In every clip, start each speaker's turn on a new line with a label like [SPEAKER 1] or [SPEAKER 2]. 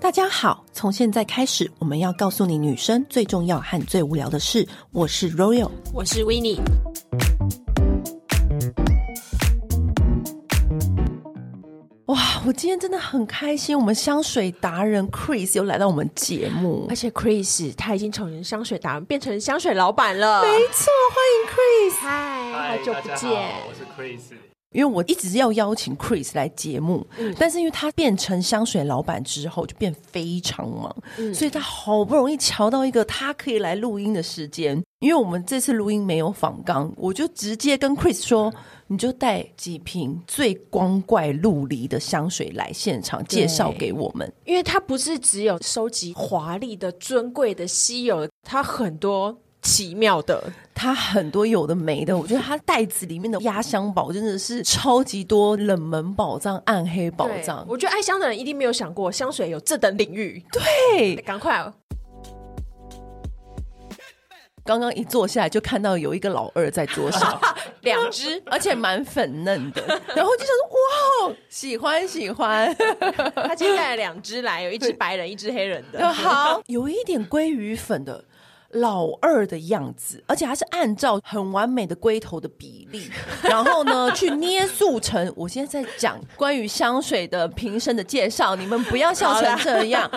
[SPEAKER 1] 大家好，从现在开始，我们要告诉你女生最重要和最无聊的事。我是 Royal，
[SPEAKER 2] 我是 w i n n i e
[SPEAKER 1] 哇，啊我今天真的很开心，我们香水达人 Chris 又来到我们节目。
[SPEAKER 2] 而且 Chris 他已经从人香水达人变成香水老板了。
[SPEAKER 1] 没错，欢迎 Chris。
[SPEAKER 2] 嗨，
[SPEAKER 3] 嗨，
[SPEAKER 2] 好久不
[SPEAKER 3] 大家好
[SPEAKER 2] 见。
[SPEAKER 3] 我是 Chris。
[SPEAKER 1] 因为我一直要邀请 Chris 来节目，但是因为他变成香水老板之后，就变非常忙，所以他好不容易瞧到一个他可以来录音的时间。因为我们这次录音没有仿纲，我就直接跟 Chris 说，你就带几瓶最光怪陆离的香水来现场介绍给我们。
[SPEAKER 2] 因为他不是只有收集华丽的、尊贵的、稀有的，他很多奇妙的。
[SPEAKER 1] 他很多有的没的，我觉得他袋子里面的压箱宝真的是超级多冷门宝藏、暗黑宝藏
[SPEAKER 2] 对。我觉得爱香的人一定没有想过香水有这等领域。
[SPEAKER 1] 对，
[SPEAKER 2] 赶快，哦
[SPEAKER 1] 刚刚一坐下来就看到有一个老二在桌 上，
[SPEAKER 2] 两只。
[SPEAKER 1] 而且蛮粉嫩的，然后就想说哇，喜欢喜 欢，
[SPEAKER 2] 他今天带了两只来，有一只白人，一只黑人 的。
[SPEAKER 1] 好，有一点鲑鱼粉的。老二的样子，而且它是按照很完美的龟头的比 例，然后呢去捏塑成。我现在在讲关于香水的瓶身的介绍，你们不要笑成这样。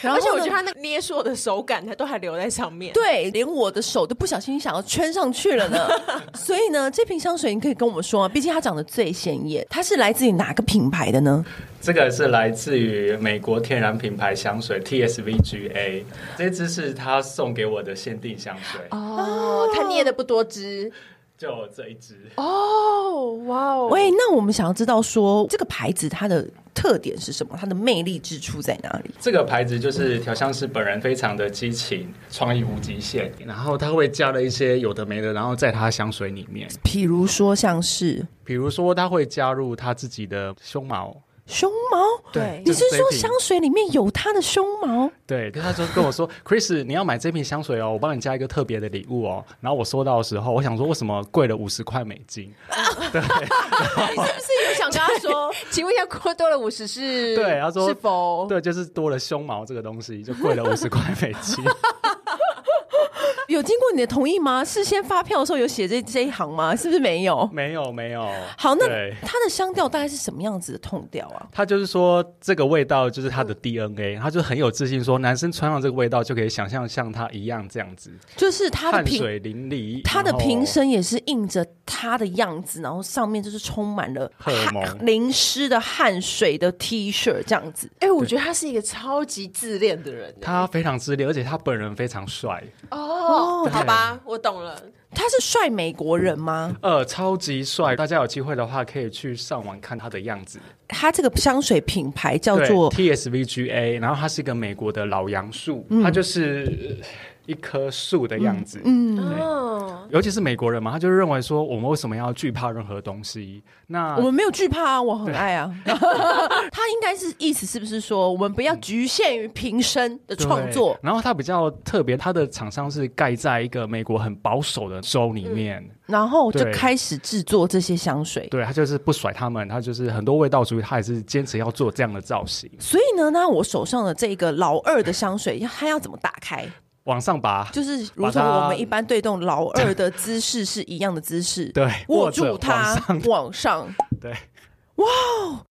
[SPEAKER 1] 然后
[SPEAKER 2] 而且我
[SPEAKER 1] 呢
[SPEAKER 2] 觉得他那个捏塑的手感，他都还留在上面。
[SPEAKER 1] 对，连我的手都不小心想要圈上去了呢。所以呢，这瓶香水你可以跟我们说啊，毕竟它长得最鲜艳。它是来自于哪个品牌的呢？
[SPEAKER 3] 这个是来自于美国天然品牌香水 TSVGA，这支是他送给我的限定香水，
[SPEAKER 2] 哦，他捏的不多只。
[SPEAKER 3] 就这一支。
[SPEAKER 2] 哦，哇哦！
[SPEAKER 1] 喂，那我们想要知道说这个牌子它的特点是什么，它的魅力之处在哪里？
[SPEAKER 3] 这个牌子就是调香师本人非常的激情，创意无极限，然后他会加了一些有的没的，然后在他香水里面，
[SPEAKER 1] 比如说像是
[SPEAKER 3] 比如说他会加入他自己的胸毛。
[SPEAKER 1] 胸毛，
[SPEAKER 2] 对
[SPEAKER 1] 你
[SPEAKER 3] 就是这一
[SPEAKER 1] 说
[SPEAKER 3] 瓶
[SPEAKER 1] 香水里面有它的胸毛？
[SPEAKER 3] 对，他就跟我说 ，Chris，你要买这瓶香水哦，我帮你加一个特别的礼物哦。然后我收到的时候，我想说为什么贵了五十块美金？
[SPEAKER 1] 你是不是有想跟他说？
[SPEAKER 2] 请问一下，过多了五十是？
[SPEAKER 3] 对，他说
[SPEAKER 2] 是否？
[SPEAKER 3] 对，就是多了胸毛这个东西，就贵了五十块美 金。
[SPEAKER 1] 有经过你的同意吗？事先发票的时候有写这这一行吗？是不是没有？
[SPEAKER 3] 没有没有，
[SPEAKER 1] 好，那
[SPEAKER 3] 对
[SPEAKER 1] 它的香调大概是什么样子的痛调啊？
[SPEAKER 3] 他就是说这个味道就是他的 DNA，、他就很有自信说男生穿上这个味道就可以想象像他一样这样子，
[SPEAKER 1] 就是它的
[SPEAKER 3] 汗
[SPEAKER 1] 瓶，
[SPEAKER 3] 水淋漓，
[SPEAKER 1] 它的
[SPEAKER 3] 然后
[SPEAKER 1] 瓶。身也是印着它的样子，然后上面就是充满了
[SPEAKER 3] 荷尔蒙
[SPEAKER 1] 汗淋湿的汗水的 T 恤这样子。
[SPEAKER 2] 哎、我觉得他是一个超级自恋的人。欸
[SPEAKER 3] 他非常自恋，而且他本人非常帅，
[SPEAKER 2] 哦，
[SPEAKER 3] 对
[SPEAKER 2] 好吧，我懂了。
[SPEAKER 1] 他是帅美国人吗？
[SPEAKER 3] 呃，超级帅。大家有机会的话，可以去上网看他的样子，
[SPEAKER 1] 他这个香水品牌叫
[SPEAKER 3] 对
[SPEAKER 1] 做
[SPEAKER 3] TSVGA，然后它是一个美国的老杨树，
[SPEAKER 1] 嗯
[SPEAKER 3] 它就是呃一棵树的样子，嗯
[SPEAKER 2] 哦，
[SPEAKER 3] 尤其是美国人嘛，他就认为说我们为什么要惧怕任何东西？那
[SPEAKER 1] 我们没有惧怕啊，我很爱啊。 他应该是意思是不是说我们不要局限于瓶身的
[SPEAKER 3] 对
[SPEAKER 1] 创作？
[SPEAKER 3] 然后它比较特别，它的厂商是盖在一个美国很保守的州里面，
[SPEAKER 1] 然后就
[SPEAKER 3] 对
[SPEAKER 1] 开始制作这些香水？
[SPEAKER 3] 对，他就是不甩他们，他就是很多味道主义，他也是坚持要做这样的造型，
[SPEAKER 1] 所以呢，那我手上的这个老二的香水，要它要怎么打开？
[SPEAKER 3] 往上拔，
[SPEAKER 1] 就是如
[SPEAKER 3] 把
[SPEAKER 1] 同
[SPEAKER 3] 它
[SPEAKER 1] 我们一般对动老二的姿势是一样的姿势，
[SPEAKER 3] 对，
[SPEAKER 1] 握
[SPEAKER 3] 握
[SPEAKER 1] 住
[SPEAKER 3] 着
[SPEAKER 1] 它
[SPEAKER 3] 往上，
[SPEAKER 1] 往上，哦
[SPEAKER 3] 对。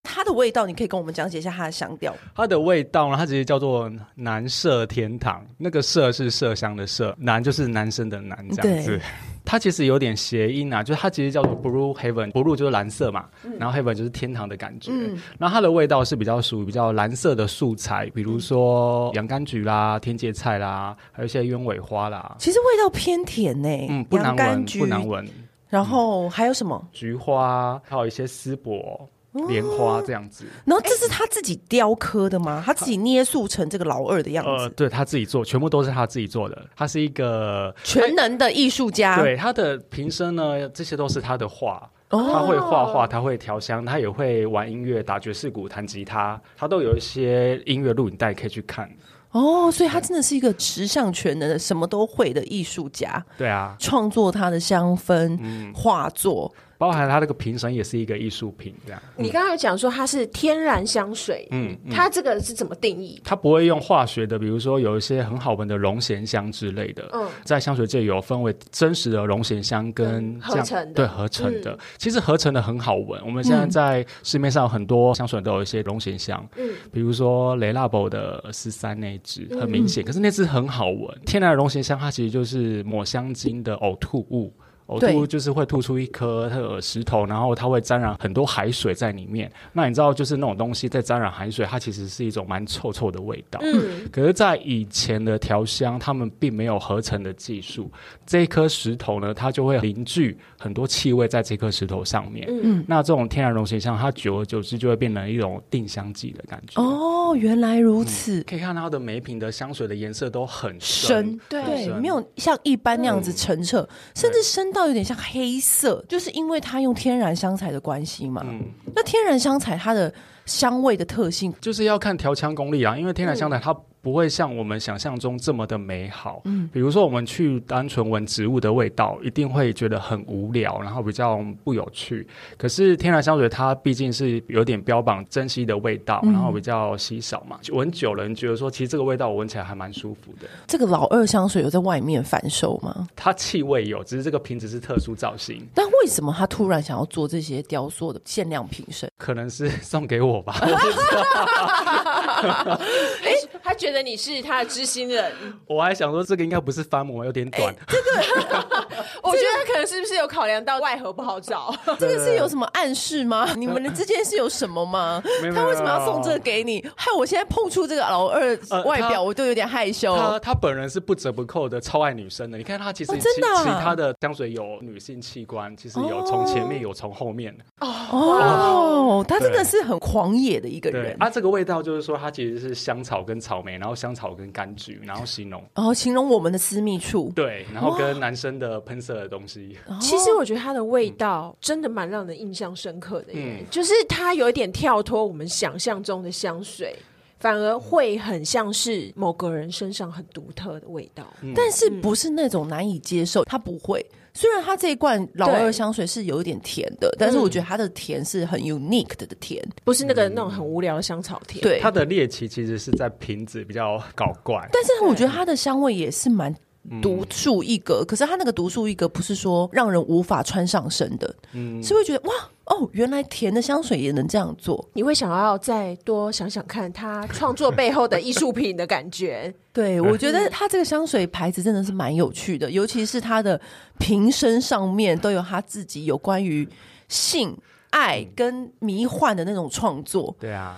[SPEAKER 1] 它的味道，你可以跟我们讲解一下它的香调。
[SPEAKER 3] 它的味道呢，它直接叫做男麝天堂，那个麝是麝香的麝，男就是男生的男这样
[SPEAKER 1] 对
[SPEAKER 3] 子。它其实有点谐音啊，就是它其实叫做 blue heaven，blue 就是蓝色嘛，
[SPEAKER 1] 嗯
[SPEAKER 3] 然后 heaven 就是天堂的感觉。然后它的味道是比较属于比较蓝色的素材，比如说洋甘菊啦、天芥菜啦，还有一些鸢尾花啦。
[SPEAKER 1] 其实味道偏甜呢、
[SPEAKER 3] 嗯，不难
[SPEAKER 1] 洋甘
[SPEAKER 3] 闻，
[SPEAKER 1] 菊
[SPEAKER 3] 不难闻。嗯
[SPEAKER 1] 然后还有什么？
[SPEAKER 3] 菊花，还有一些丝柏、莲花这样子。
[SPEAKER 1] 然后这是他自己雕刻的吗？他自己捏塑成这个老二的样
[SPEAKER 3] 哎呃，
[SPEAKER 1] 子，
[SPEAKER 3] 对他自己做，全部都是他自己做的。他是一个
[SPEAKER 1] 全能的艺术家。
[SPEAKER 3] 对，他的瓶身呢，这些都是他的画。他会画画，他会调香，他也会玩音乐，打爵士鼓，弹吉他，他都有一些音乐录影带可以去看。
[SPEAKER 1] 哦，所以他真的是一个十项全能的，什么都会的艺术家。
[SPEAKER 3] 对啊，嗯
[SPEAKER 1] 创作它的香氛、画作，
[SPEAKER 3] 包含它那个瓶身也是一个艺术品，这样。
[SPEAKER 2] 你刚才有讲说它是天然香水，
[SPEAKER 3] 嗯，嗯
[SPEAKER 2] 它这个是怎么定义？
[SPEAKER 3] 它不会用化学的，比如说有一些很好闻的龙涎香之类的。
[SPEAKER 2] 嗯
[SPEAKER 3] 在香水界有分为真实的龙涎香跟
[SPEAKER 2] 嗯
[SPEAKER 3] 这样
[SPEAKER 2] 合成的
[SPEAKER 3] 对合成的。
[SPEAKER 2] 嗯
[SPEAKER 3] 其实合成的很好闻，我们现在在市面上有很多香水都有一些龙涎香，
[SPEAKER 2] 嗯
[SPEAKER 3] 比如说雷拉伯的十三那一支很明显，可是那支很好闻。天然的龙涎香它其实就是抹香鲸的呕吐物。呕吐
[SPEAKER 1] 对
[SPEAKER 3] 物就是会吐出一颗呃石头，然后它会沾染很多海水在里面。那你知道，就是那种东西在沾染海水，它其实是一种蛮臭臭的味道。
[SPEAKER 2] 嗯，
[SPEAKER 3] 可是，在以前的调香，他们并没有合成的技术。这一颗石头呢，它就会凝聚很多气味在这颗石头上面。
[SPEAKER 2] 嗯
[SPEAKER 3] 那这种天然溶形香，它久而久之就会变成一种定香剂的嗯感觉。，
[SPEAKER 1] 哦，原来如此。
[SPEAKER 3] 可以看到它的每一瓶的香水的颜色都很深
[SPEAKER 1] 深，
[SPEAKER 2] 对
[SPEAKER 1] 对，
[SPEAKER 3] 深
[SPEAKER 1] 没有像一般那样子澄澈，甚至深到有点像黑色，就是因为它用天然香材的关系嘛。
[SPEAKER 3] 嗯
[SPEAKER 1] 那天然香材它的香味的特性，
[SPEAKER 3] 就是要看调香功力啊，因为天然香材它不会像我们想象中这么的美好。嗯，比如说我们去单纯闻植物的味道，一定会觉得很无聊，然后比较不有趣。可是天然香水它毕竟是有点标榜珍惜的味道，然后比较稀少嘛，闻久了你觉得说，其实这个味道我闻起来还蛮舒服的。
[SPEAKER 1] 这个老二香水有在外面贩售吗？
[SPEAKER 3] 它气味有，只是这个瓶子是特殊造型，
[SPEAKER 1] 但为什么他突然想要做这些雕塑的限量瓶身？
[SPEAKER 3] 可能是送给我吧。
[SPEAKER 2] 哎、他觉得你是他的知心人，
[SPEAKER 3] 我还想说这个应该不是翻模，有点短。
[SPEAKER 2] 我觉得他可能是不是有考量到外盒不好找？
[SPEAKER 1] 这个是有什么暗示 吗？你们之间是有什么吗
[SPEAKER 3] 没有？没
[SPEAKER 1] 他
[SPEAKER 3] 有
[SPEAKER 1] 为什么要送这个给你？害我现在碰触这个老二
[SPEAKER 3] 呃
[SPEAKER 1] 外
[SPEAKER 3] 他
[SPEAKER 1] 表，我都有点害羞。
[SPEAKER 3] 他他本人是不折不扣的超爱女生的，你看他其实
[SPEAKER 1] 哦
[SPEAKER 3] 其、
[SPEAKER 1] 真的啊
[SPEAKER 3] 其他的香水有女性器官，其实有从前面有从后面的。
[SPEAKER 1] 哦，他真的
[SPEAKER 3] 对
[SPEAKER 1] 是很狂野的一个
[SPEAKER 3] 对
[SPEAKER 1] 人。
[SPEAKER 3] 啊，这个味道就是说它其实是香草跟草莓，然后香草跟柑橘，然后形容
[SPEAKER 1] 然后形容我们的私密处，
[SPEAKER 3] 对，然后跟男生的喷射的东西。
[SPEAKER 2] 其实
[SPEAKER 1] 哦
[SPEAKER 2] 我觉得它的味道真的蛮让人印象深刻的耶，
[SPEAKER 3] 嗯
[SPEAKER 2] 就是它有一点跳脱我们想象中的香水，反而会很像是某个人身上很独特的味道。
[SPEAKER 1] 但是不是那种难以接受，他不会。虽然他这一罐老二香水是有一点甜的，但是我觉得它的甜是很 unique 的甜。
[SPEAKER 2] 不是那个那种很无聊的香草甜，，
[SPEAKER 1] 对，
[SPEAKER 3] 它的猎奇其实是在瓶子比较搞怪，
[SPEAKER 1] 但是我觉得它的香味也是蛮独树一格，可是它那个独树一格不是说让人无法穿上身的，是会觉得哇哦，原来甜的香水也能这样做。
[SPEAKER 2] 你会想要再多想想看他创作背后的艺术品的感觉。
[SPEAKER 1] 对，
[SPEAKER 3] 嗯
[SPEAKER 1] 我觉得它这个香水牌子真的是蛮有趣的，尤其是它的瓶身上面都有它自己有关于性爱
[SPEAKER 3] 嗯
[SPEAKER 1] 跟迷幻的那种创作。
[SPEAKER 3] 对啊，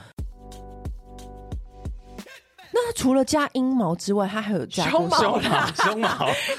[SPEAKER 1] 那它除了加阴毛之外，它还有加过
[SPEAKER 2] 胸毛
[SPEAKER 1] 什么
[SPEAKER 3] 胸毛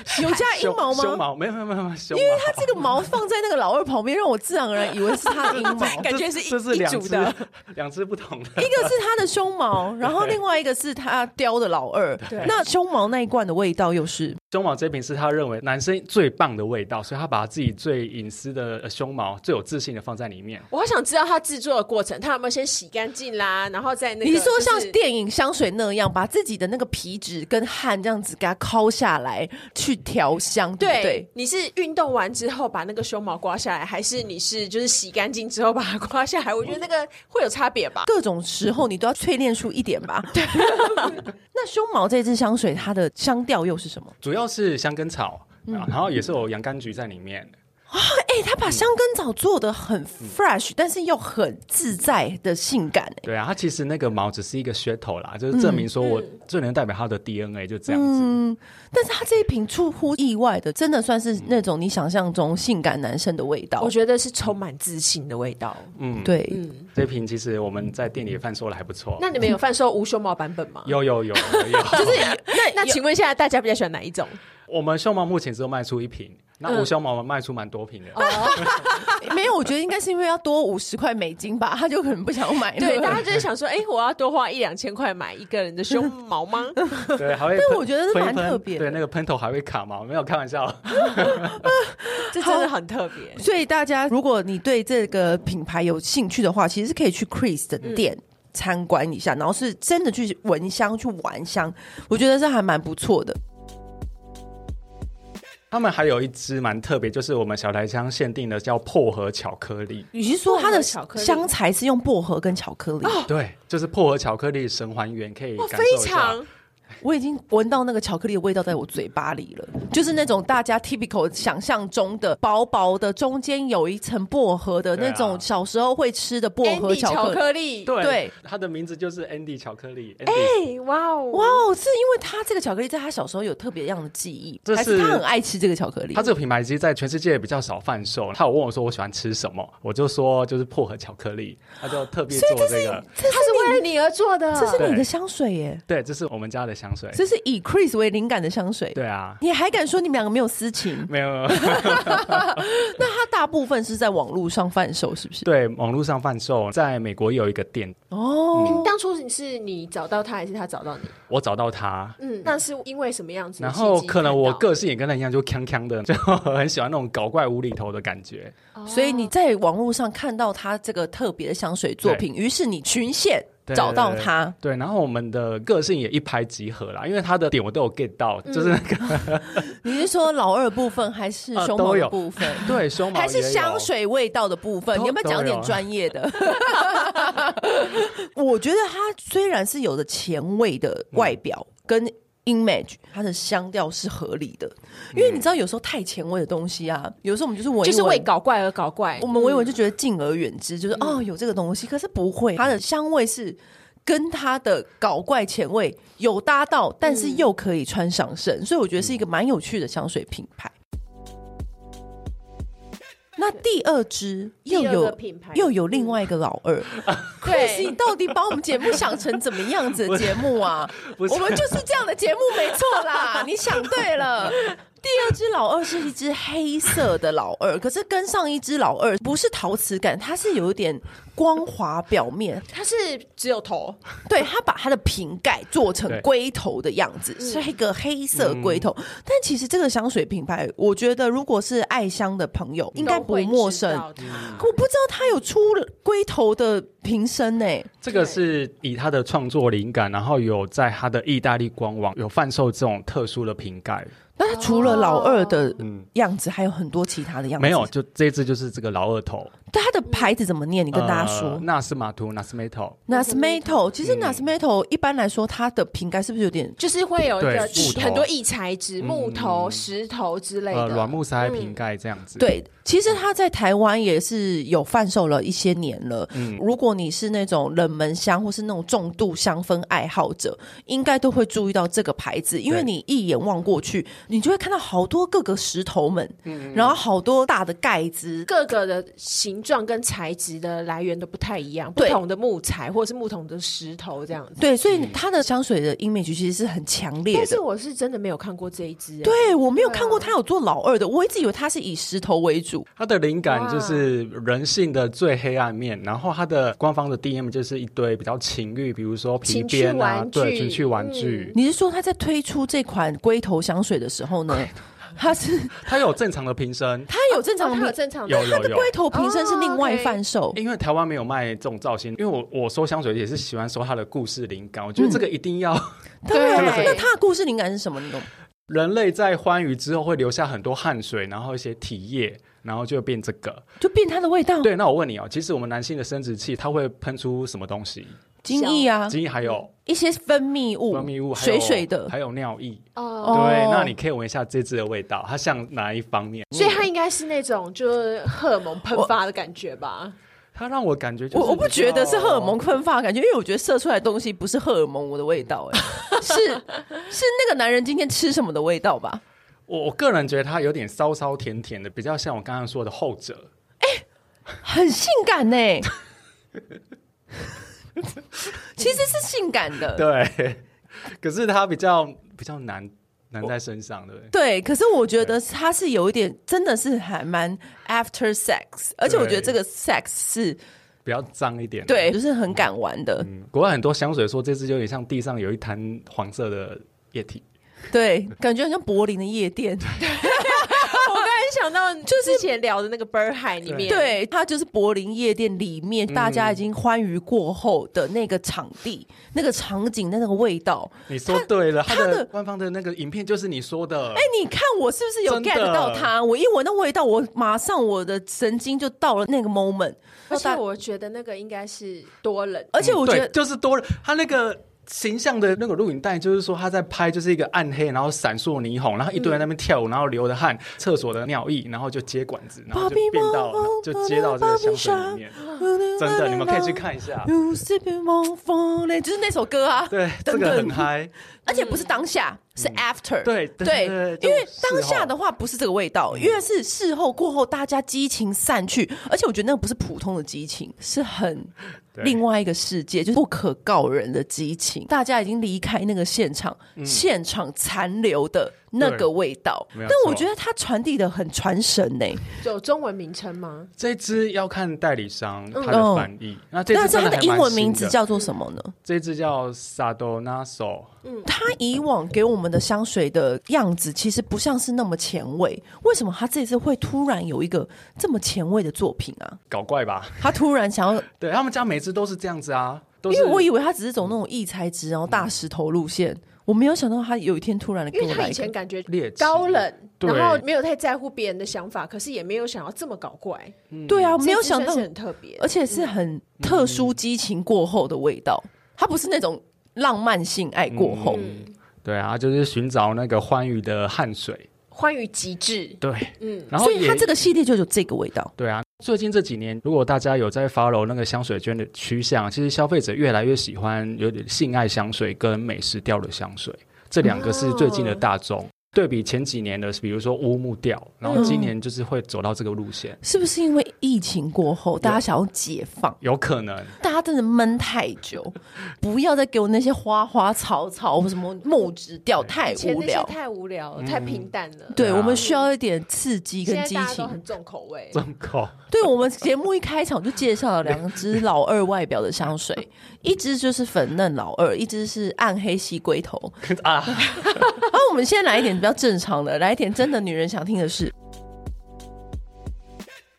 [SPEAKER 3] 胸毛
[SPEAKER 1] 有加哎阴
[SPEAKER 3] 胸
[SPEAKER 1] 毛
[SPEAKER 3] 胸
[SPEAKER 1] 吗？
[SPEAKER 3] 毛没有没有没有没有胸
[SPEAKER 1] 因
[SPEAKER 3] 毛，
[SPEAKER 1] 为它这个毛放在那个老二旁边，让我自然而然以为是它的 阴毛。
[SPEAKER 2] 感觉
[SPEAKER 3] 这
[SPEAKER 2] 是一
[SPEAKER 3] 这是
[SPEAKER 2] 一
[SPEAKER 3] 两
[SPEAKER 2] 组
[SPEAKER 3] 只
[SPEAKER 2] 的
[SPEAKER 3] 两只不同的。
[SPEAKER 1] 一个是他的胸毛，然后另外一个是他雕的老二。那胸毛那一罐的味道又是
[SPEAKER 3] 胸毛这瓶是他认为男生最棒的味道，所以他把自己最隐私的呃胸毛最有自信的放在里面。
[SPEAKER 2] 我好想知道他制作的过程，他有没有先洗干净啦，然后再那个、
[SPEAKER 1] 你说像
[SPEAKER 2] 就是
[SPEAKER 1] 电影香水那样，把自己的那个皮脂跟汗这样子给它抠下来去调香，对不
[SPEAKER 2] 对
[SPEAKER 1] 对？，
[SPEAKER 2] 你是运动完之后把那个胸毛刮下来，还是你是就是洗干净之后把它刮下来？我觉得那个会有差别吧。
[SPEAKER 1] 各种时候你都要淬炼出一点 吧。对。那胸毛这支香水它的香调又是什么？
[SPEAKER 3] 主要是香根草，
[SPEAKER 1] 嗯
[SPEAKER 3] 啊然后也是有洋甘菊在里面。
[SPEAKER 1] 哎、它把香根草做的很 fresh，、但是又很自在的性感、哎
[SPEAKER 3] 对啊，它其实那个毛只是一个噱头啦，就是证明说我最能代表他的 DNA 就这样子。
[SPEAKER 1] 嗯，但是它这一瓶出乎意外的，真的算是那种你想象中性感男生的味道。
[SPEAKER 2] 我觉得是充满自信的味道。
[SPEAKER 3] 嗯，
[SPEAKER 1] 对，
[SPEAKER 3] 这瓶其实我们在店里贩售的还不错。
[SPEAKER 2] 那你们有贩售无胸毛版本吗？
[SPEAKER 3] 有有有 有有，就是
[SPEAKER 2] 那那请问一下，大家比较喜欢哪一种？
[SPEAKER 3] 我们胸毛目前只有卖出一瓶，那
[SPEAKER 1] 嗯
[SPEAKER 3] 无胸毛我们卖出蛮多瓶的。
[SPEAKER 1] 哦
[SPEAKER 2] 哦
[SPEAKER 1] 没有，我觉得应该是因为要多五十块美金吧，他就可能不想买了。
[SPEAKER 2] 对，大家就是想说，哎、我要多花一两千块买一个人的胸毛吗？
[SPEAKER 3] 对，还会
[SPEAKER 1] 但
[SPEAKER 3] 喷
[SPEAKER 1] 我觉得是
[SPEAKER 3] 喷一
[SPEAKER 1] 蛮
[SPEAKER 3] 喷
[SPEAKER 1] 特别的
[SPEAKER 3] 对，那个喷头还会卡毛，没有开玩笑。
[SPEAKER 2] 这真的很特别。
[SPEAKER 1] 所以大家，如果你对这个品牌有兴趣的话，其实是可以
[SPEAKER 2] 嗯
[SPEAKER 1] 去 Chris 的店。参观一下，然后是真的去闻香、去玩香，我觉得这还蛮不错的。
[SPEAKER 3] 他们还有一支蛮特别，就是我们小台香限定的叫薄荷巧克力。
[SPEAKER 1] 与其说它
[SPEAKER 2] 薄
[SPEAKER 1] 的
[SPEAKER 2] 荷巧克力
[SPEAKER 1] 香材是用薄荷跟巧克力，
[SPEAKER 3] 对，就是薄荷巧克力神还原，可以
[SPEAKER 2] 哇，
[SPEAKER 3] 感
[SPEAKER 2] 非
[SPEAKER 3] 受一下。
[SPEAKER 2] 常
[SPEAKER 1] 我已经闻到那个巧克力的味道在我嘴巴里了，就是那种大家 typical 想象中的薄薄的，中间有一层薄荷的
[SPEAKER 3] 对啊
[SPEAKER 1] 那种小时候会吃的薄荷
[SPEAKER 2] Andy
[SPEAKER 1] 巧克
[SPEAKER 2] 巧
[SPEAKER 1] 力。
[SPEAKER 2] 克力，
[SPEAKER 3] 对，
[SPEAKER 1] 对
[SPEAKER 3] 它的名字就是 Andy 巧克力。Andy，、
[SPEAKER 2] 哎，哇哦，
[SPEAKER 1] 哇哦，是因为他这个巧克力在他小时候有特别样的记忆，
[SPEAKER 3] 这
[SPEAKER 1] 还是他
[SPEAKER 3] 是
[SPEAKER 1] 很爱吃这个巧克力？
[SPEAKER 3] 它这个品牌其实在全世界比较少贩售。他有问我说我喜欢吃什么，我就说就是薄荷巧克力，他就特别做这个。
[SPEAKER 1] 这
[SPEAKER 2] 它是为了你而做的，
[SPEAKER 1] 这是你的
[SPEAKER 3] 对
[SPEAKER 1] 香水耶，
[SPEAKER 3] 对，这是我们家的香水。
[SPEAKER 1] 这是以 Chris 为灵感的香水。
[SPEAKER 3] 对嗯啊，
[SPEAKER 1] 你还敢说你们两个没有私情？
[SPEAKER 3] 没有。
[SPEAKER 1] 那它大部分是在网络上贩售，是不是？
[SPEAKER 3] 对，网络上贩售，在美国有一个店，
[SPEAKER 1] 哦，
[SPEAKER 2] 当初你是你找到他，还是他找到你？
[SPEAKER 3] 我找到它。
[SPEAKER 2] 嗯，那是因为什么样子的
[SPEAKER 3] 然
[SPEAKER 2] 契机看到？
[SPEAKER 3] 后可能我个性也跟他一样，就锵锵的， 就很喜欢那种搞怪无厘头的感觉。
[SPEAKER 2] 哦，
[SPEAKER 1] 所以你在网络上看到他这个特别的香水作品，于是你群线
[SPEAKER 3] 对
[SPEAKER 1] 找到他。
[SPEAKER 3] 对，然后我们的个性也一拍即合啦，因为他的点我都有 get 到，就是那个、
[SPEAKER 1] 你是说老二部分还是
[SPEAKER 3] 呃
[SPEAKER 1] 胸毛
[SPEAKER 3] 都
[SPEAKER 1] 的
[SPEAKER 3] 有
[SPEAKER 1] 部分？
[SPEAKER 3] 对胸毛
[SPEAKER 1] 嗯还是
[SPEAKER 3] 也有
[SPEAKER 1] 香。水味道的部分，
[SPEAKER 3] 都
[SPEAKER 1] 你有没有讲点专业 的？我觉得它虽然是有着前卫的外表
[SPEAKER 3] 嗯
[SPEAKER 1] 跟 image，它的香调是合理的，因为
[SPEAKER 3] 嗯
[SPEAKER 1] 你知道有时候太前卫的东西啊，有时候我们就是闻一闻
[SPEAKER 2] 哦就是为搞怪而搞怪。
[SPEAKER 1] 我们闻一
[SPEAKER 2] 嗯
[SPEAKER 1] 闻就觉得敬而远之，就是、哦有这个东西，可是不会，
[SPEAKER 2] 嗯
[SPEAKER 1] 它的香味是。跟它的搞怪前卫有搭到，但
[SPEAKER 2] 嗯
[SPEAKER 1] 是又可以穿上身，所以我觉得是一个蛮有趣的香水品牌。那第二支又
[SPEAKER 2] 第二
[SPEAKER 1] 有
[SPEAKER 2] 个品牌嗯
[SPEAKER 1] 又有另外一个老二， 可是你
[SPEAKER 2] 对，
[SPEAKER 1] 到底把我们节目想成怎么样子的节目啊？
[SPEAKER 3] 不是
[SPEAKER 1] 我们就是这样的节目，没错啦，你想对了。第二只老二是一只黑色的老二，可是跟上一只老二不是陶瓷感，它是有一点光滑表面，
[SPEAKER 2] 它是只有 头，
[SPEAKER 1] 对，它把它的瓶盖做成
[SPEAKER 3] 对嗯
[SPEAKER 1] 龟头的样子，是一个黑色龟头。但其实这个香水品牌，我觉得如果是爱香的朋友，应该
[SPEAKER 2] 都
[SPEAKER 1] 不
[SPEAKER 2] 会
[SPEAKER 1] 陌
[SPEAKER 2] 知
[SPEAKER 1] 生。
[SPEAKER 2] 道
[SPEAKER 3] 嗯
[SPEAKER 2] 它
[SPEAKER 1] 我不知道它有出龟头的瓶身呢、
[SPEAKER 3] 这个是以他的创作灵感，然后有在他的意大利官网有贩售这种特殊的瓶盖。
[SPEAKER 1] 那它除了老二的
[SPEAKER 3] 嗯，
[SPEAKER 1] 样子，还有很多其他的样子。
[SPEAKER 3] 没有，，就这一只就是这个老二头。
[SPEAKER 1] 它的牌子怎么念？你
[SPEAKER 3] 你
[SPEAKER 1] 跟大家说。
[SPEAKER 3] 那是马图，那是 metal。
[SPEAKER 1] Nasmato，其
[SPEAKER 3] 嗯
[SPEAKER 1] 实 Nasmato 一般来说，它的瓶盖是不是有点？
[SPEAKER 2] 就是会有一个
[SPEAKER 3] 对木头
[SPEAKER 2] 很多异材质，
[SPEAKER 3] 嗯
[SPEAKER 2] 木头、石头之类
[SPEAKER 3] 呃，
[SPEAKER 2] 的
[SPEAKER 3] 软木塞瓶盖这样子。，
[SPEAKER 1] 嗯对，其实它在台湾也是有贩售了一些年了。
[SPEAKER 3] 嗯
[SPEAKER 1] 如果你是那种冷门香或是那种重度香氛爱好者，应该都会注意到这个牌子，因为
[SPEAKER 3] 对
[SPEAKER 1] 你一眼望过去，你就会看到好多各个石头们，
[SPEAKER 3] 嗯
[SPEAKER 1] 然后好多大的盖子，
[SPEAKER 2] 各个的形状跟材质的来源都不太一样，不
[SPEAKER 1] 对
[SPEAKER 2] 同的木材或者是不同的石头这样子。
[SPEAKER 1] 对，所以
[SPEAKER 3] 嗯
[SPEAKER 1] 它的香水的 image 其实是很强烈
[SPEAKER 2] 但
[SPEAKER 1] 的。
[SPEAKER 2] 是我是真的没有看过这一只、欸，
[SPEAKER 1] 对我没
[SPEAKER 3] 啊
[SPEAKER 1] 有看过他有做老二的，我一直以为他是以石头为主。
[SPEAKER 3] 它的灵感就是人性的最黑暗面，然后它的官方的 DM 就是一堆比较情欲，比如说皮鞭啊
[SPEAKER 2] 情趣玩，具嗯
[SPEAKER 3] 对，情趣玩具。
[SPEAKER 1] 你是说他在推出这款龟头香水的时候呢？他是
[SPEAKER 3] 它有正常的瓶身，
[SPEAKER 1] 他有正
[SPEAKER 2] 哦，
[SPEAKER 1] 常
[SPEAKER 2] 它
[SPEAKER 1] 的
[SPEAKER 2] 有
[SPEAKER 1] 瓶，
[SPEAKER 2] 正常的
[SPEAKER 3] 有哦有有。
[SPEAKER 1] 龟头瓶身是另外贩售。
[SPEAKER 3] 因为台湾没有卖这种造型，因为我我收香水也是喜欢收它的故事灵
[SPEAKER 2] 嗯
[SPEAKER 3] 感，我觉得这个一定要、
[SPEAKER 1] 对啊，
[SPEAKER 2] 对
[SPEAKER 1] 那他的故事灵感是什么？你懂？
[SPEAKER 3] 人类在欢愉之后会留下很多汗水，然后一些体液，然后就变这个。
[SPEAKER 1] 就变它的味道，
[SPEAKER 3] 对，那我问你哦，其实我们男性的生殖器它会喷出什么东西？
[SPEAKER 1] 精液啊，
[SPEAKER 3] 精液还有
[SPEAKER 1] 一些分泌物，
[SPEAKER 3] 分泌物，还有
[SPEAKER 1] 水水的。
[SPEAKER 3] 还有尿液。
[SPEAKER 2] 哦。
[SPEAKER 3] 对，那你可以闻一下这支的味道，它像哪一方面？
[SPEAKER 2] 所以它应该是那种就是荷尔蒙喷发的感觉吧？
[SPEAKER 3] 它让我感觉就是哦
[SPEAKER 1] 我我不
[SPEAKER 3] 比较
[SPEAKER 1] 觉得是荷尔蒙喷发的感觉，因为我觉得射出来的东西不是荷尔蒙我的味道、哎，是是那个男人今天吃什么的味道吧？
[SPEAKER 3] 我我个人觉得它有点骚骚甜甜的，比较像我刚刚说的后者。
[SPEAKER 1] 很性感呢、其实是性感的。
[SPEAKER 3] 对， 可是它比较比较难难在身上，对不对？
[SPEAKER 1] 对，可是我觉得它是有一点，真的是还蛮 after sex，而且我觉得这个 sex 是
[SPEAKER 3] 比较脏一点。
[SPEAKER 1] 对，就是很敢玩的。
[SPEAKER 3] 嗯，国外很多香水说这支就有点像地上有一滩黄色的液体。
[SPEAKER 1] 对，感觉很像柏林的夜店。我刚才
[SPEAKER 2] 想到就是之前聊的那个 Bird High 里面，
[SPEAKER 1] 对，它就是柏林夜店里面
[SPEAKER 3] 嗯
[SPEAKER 1] 大家已经欢愉过后的那个场地、那个场景、那个味道。
[SPEAKER 3] 你说对了，
[SPEAKER 1] 他
[SPEAKER 3] 他
[SPEAKER 1] 他的
[SPEAKER 3] 的官方的那个影片就是你说的，
[SPEAKER 1] 哎，你看我是不是有
[SPEAKER 3] 真的
[SPEAKER 1] get 到它？我一闻到味道，我马上我的神经就到了那个 moment。
[SPEAKER 2] 而且我觉得那个应该是多人，
[SPEAKER 1] 而且我觉
[SPEAKER 3] 嗯对
[SPEAKER 1] 得
[SPEAKER 3] 就是多了他那个。形象的那个录影带，就是说他在拍，就是一个暗黑，然后闪烁霓虹，然后一堆人在那边跳舞，然后流的汗，厕所的尿意，然后就接管子，然后就
[SPEAKER 1] Bobby
[SPEAKER 3] 变到
[SPEAKER 1] Moore，
[SPEAKER 3] 就接到这个香水里面。真的，你们可以去。看一下，
[SPEAKER 1] You sipping on falling，就是那首歌啊，
[SPEAKER 3] 对，这
[SPEAKER 1] 等
[SPEAKER 3] 个
[SPEAKER 1] 等
[SPEAKER 3] 很嗨。
[SPEAKER 1] 而且不是当下，是 after。
[SPEAKER 3] 对对
[SPEAKER 1] 对
[SPEAKER 3] 对，
[SPEAKER 1] 因为
[SPEAKER 3] 就事后
[SPEAKER 1] 当下的话不是这个味道，因为是事后过后大家激情散去，而且我觉得那个不是普通的激情，是很
[SPEAKER 3] 对
[SPEAKER 1] 另外一个世界，就是不可告人的激情。大家已经离开那个现场，现场残留的那个味道。
[SPEAKER 3] 嗯没有
[SPEAKER 1] 但我
[SPEAKER 3] 错
[SPEAKER 1] 觉得它传递的很传神欸呢、
[SPEAKER 2] 有中文名称吗？
[SPEAKER 3] 这支要看代理商他的翻译。那这
[SPEAKER 1] 哦那
[SPEAKER 3] 支
[SPEAKER 1] 这
[SPEAKER 3] 真
[SPEAKER 1] 它的
[SPEAKER 3] 还蛮
[SPEAKER 1] 英文名字
[SPEAKER 3] 新的，
[SPEAKER 1] 叫做什么呢？
[SPEAKER 3] 这支叫 Sadonaso。
[SPEAKER 1] 他以往给我们的香水的样子，其实不像是那么前卫。为什么他这次会突然有一个这么前卫的作品啊？
[SPEAKER 3] 搞怪吧？
[SPEAKER 1] 他突然想要，
[SPEAKER 3] 对他们家每支都是这样子啊， 都
[SPEAKER 1] 因
[SPEAKER 3] 是
[SPEAKER 1] 为我以为他只是走那种异材质，然后大石头路线，我没有想到他有一天突然的
[SPEAKER 2] 因
[SPEAKER 1] 给
[SPEAKER 2] 为
[SPEAKER 1] 我
[SPEAKER 2] 他
[SPEAKER 1] 来
[SPEAKER 2] 以
[SPEAKER 1] 一
[SPEAKER 2] 前
[SPEAKER 1] 个。
[SPEAKER 2] 感觉
[SPEAKER 3] 猎奇
[SPEAKER 2] 高冷，
[SPEAKER 3] 对
[SPEAKER 2] 然后没有太在乎别人的想法，可是也没有想要这么搞怪，
[SPEAKER 3] 嗯
[SPEAKER 1] 对啊，没有想
[SPEAKER 2] 这
[SPEAKER 1] 到
[SPEAKER 2] 真，是很特别
[SPEAKER 1] 而。且是很特殊激情过后的味道，它不是那种浪漫性爱过后。
[SPEAKER 2] 嗯，
[SPEAKER 3] 对啊，就是寻找那个欢愉的汗水。
[SPEAKER 2] 欢愉极致，
[SPEAKER 3] 对，
[SPEAKER 2] 嗯，
[SPEAKER 3] 然后
[SPEAKER 1] 所以
[SPEAKER 3] 也
[SPEAKER 1] 它这个系列就有这个味道，
[SPEAKER 3] 对啊。最近这几年，如果大家有在 follow 那个香水圈的趋向，其实消费者越来越喜欢有点性爱香水跟美食调的香水，这两个是最近的大众。
[SPEAKER 1] 哦
[SPEAKER 3] 对比前几年的，比如说乌木调，然后今年就是会走到这个路线，
[SPEAKER 1] 是不是因为疫情过后，大家想要解放？
[SPEAKER 3] 有可能。
[SPEAKER 1] 大家真的闷太久， 不要再给我那些花花草草或什么木质调，太
[SPEAKER 2] 以前
[SPEAKER 1] 无
[SPEAKER 2] 那些
[SPEAKER 1] 聊。嗯
[SPEAKER 2] 太无聊了，太平淡了。
[SPEAKER 1] 对，
[SPEAKER 3] 啊
[SPEAKER 1] 我们需要一点刺激
[SPEAKER 2] 现
[SPEAKER 1] 跟
[SPEAKER 2] 在
[SPEAKER 1] 激
[SPEAKER 2] 大家都
[SPEAKER 1] 情
[SPEAKER 2] 很。重口味，
[SPEAKER 3] 重口，
[SPEAKER 1] 对我们节目一开场就介绍了两支老二外表的香 水，一支就是粉嫩老二，一支是暗黑西龟 头 啊。然后我们先来一点比较正常的，来一点真的女人想听的事。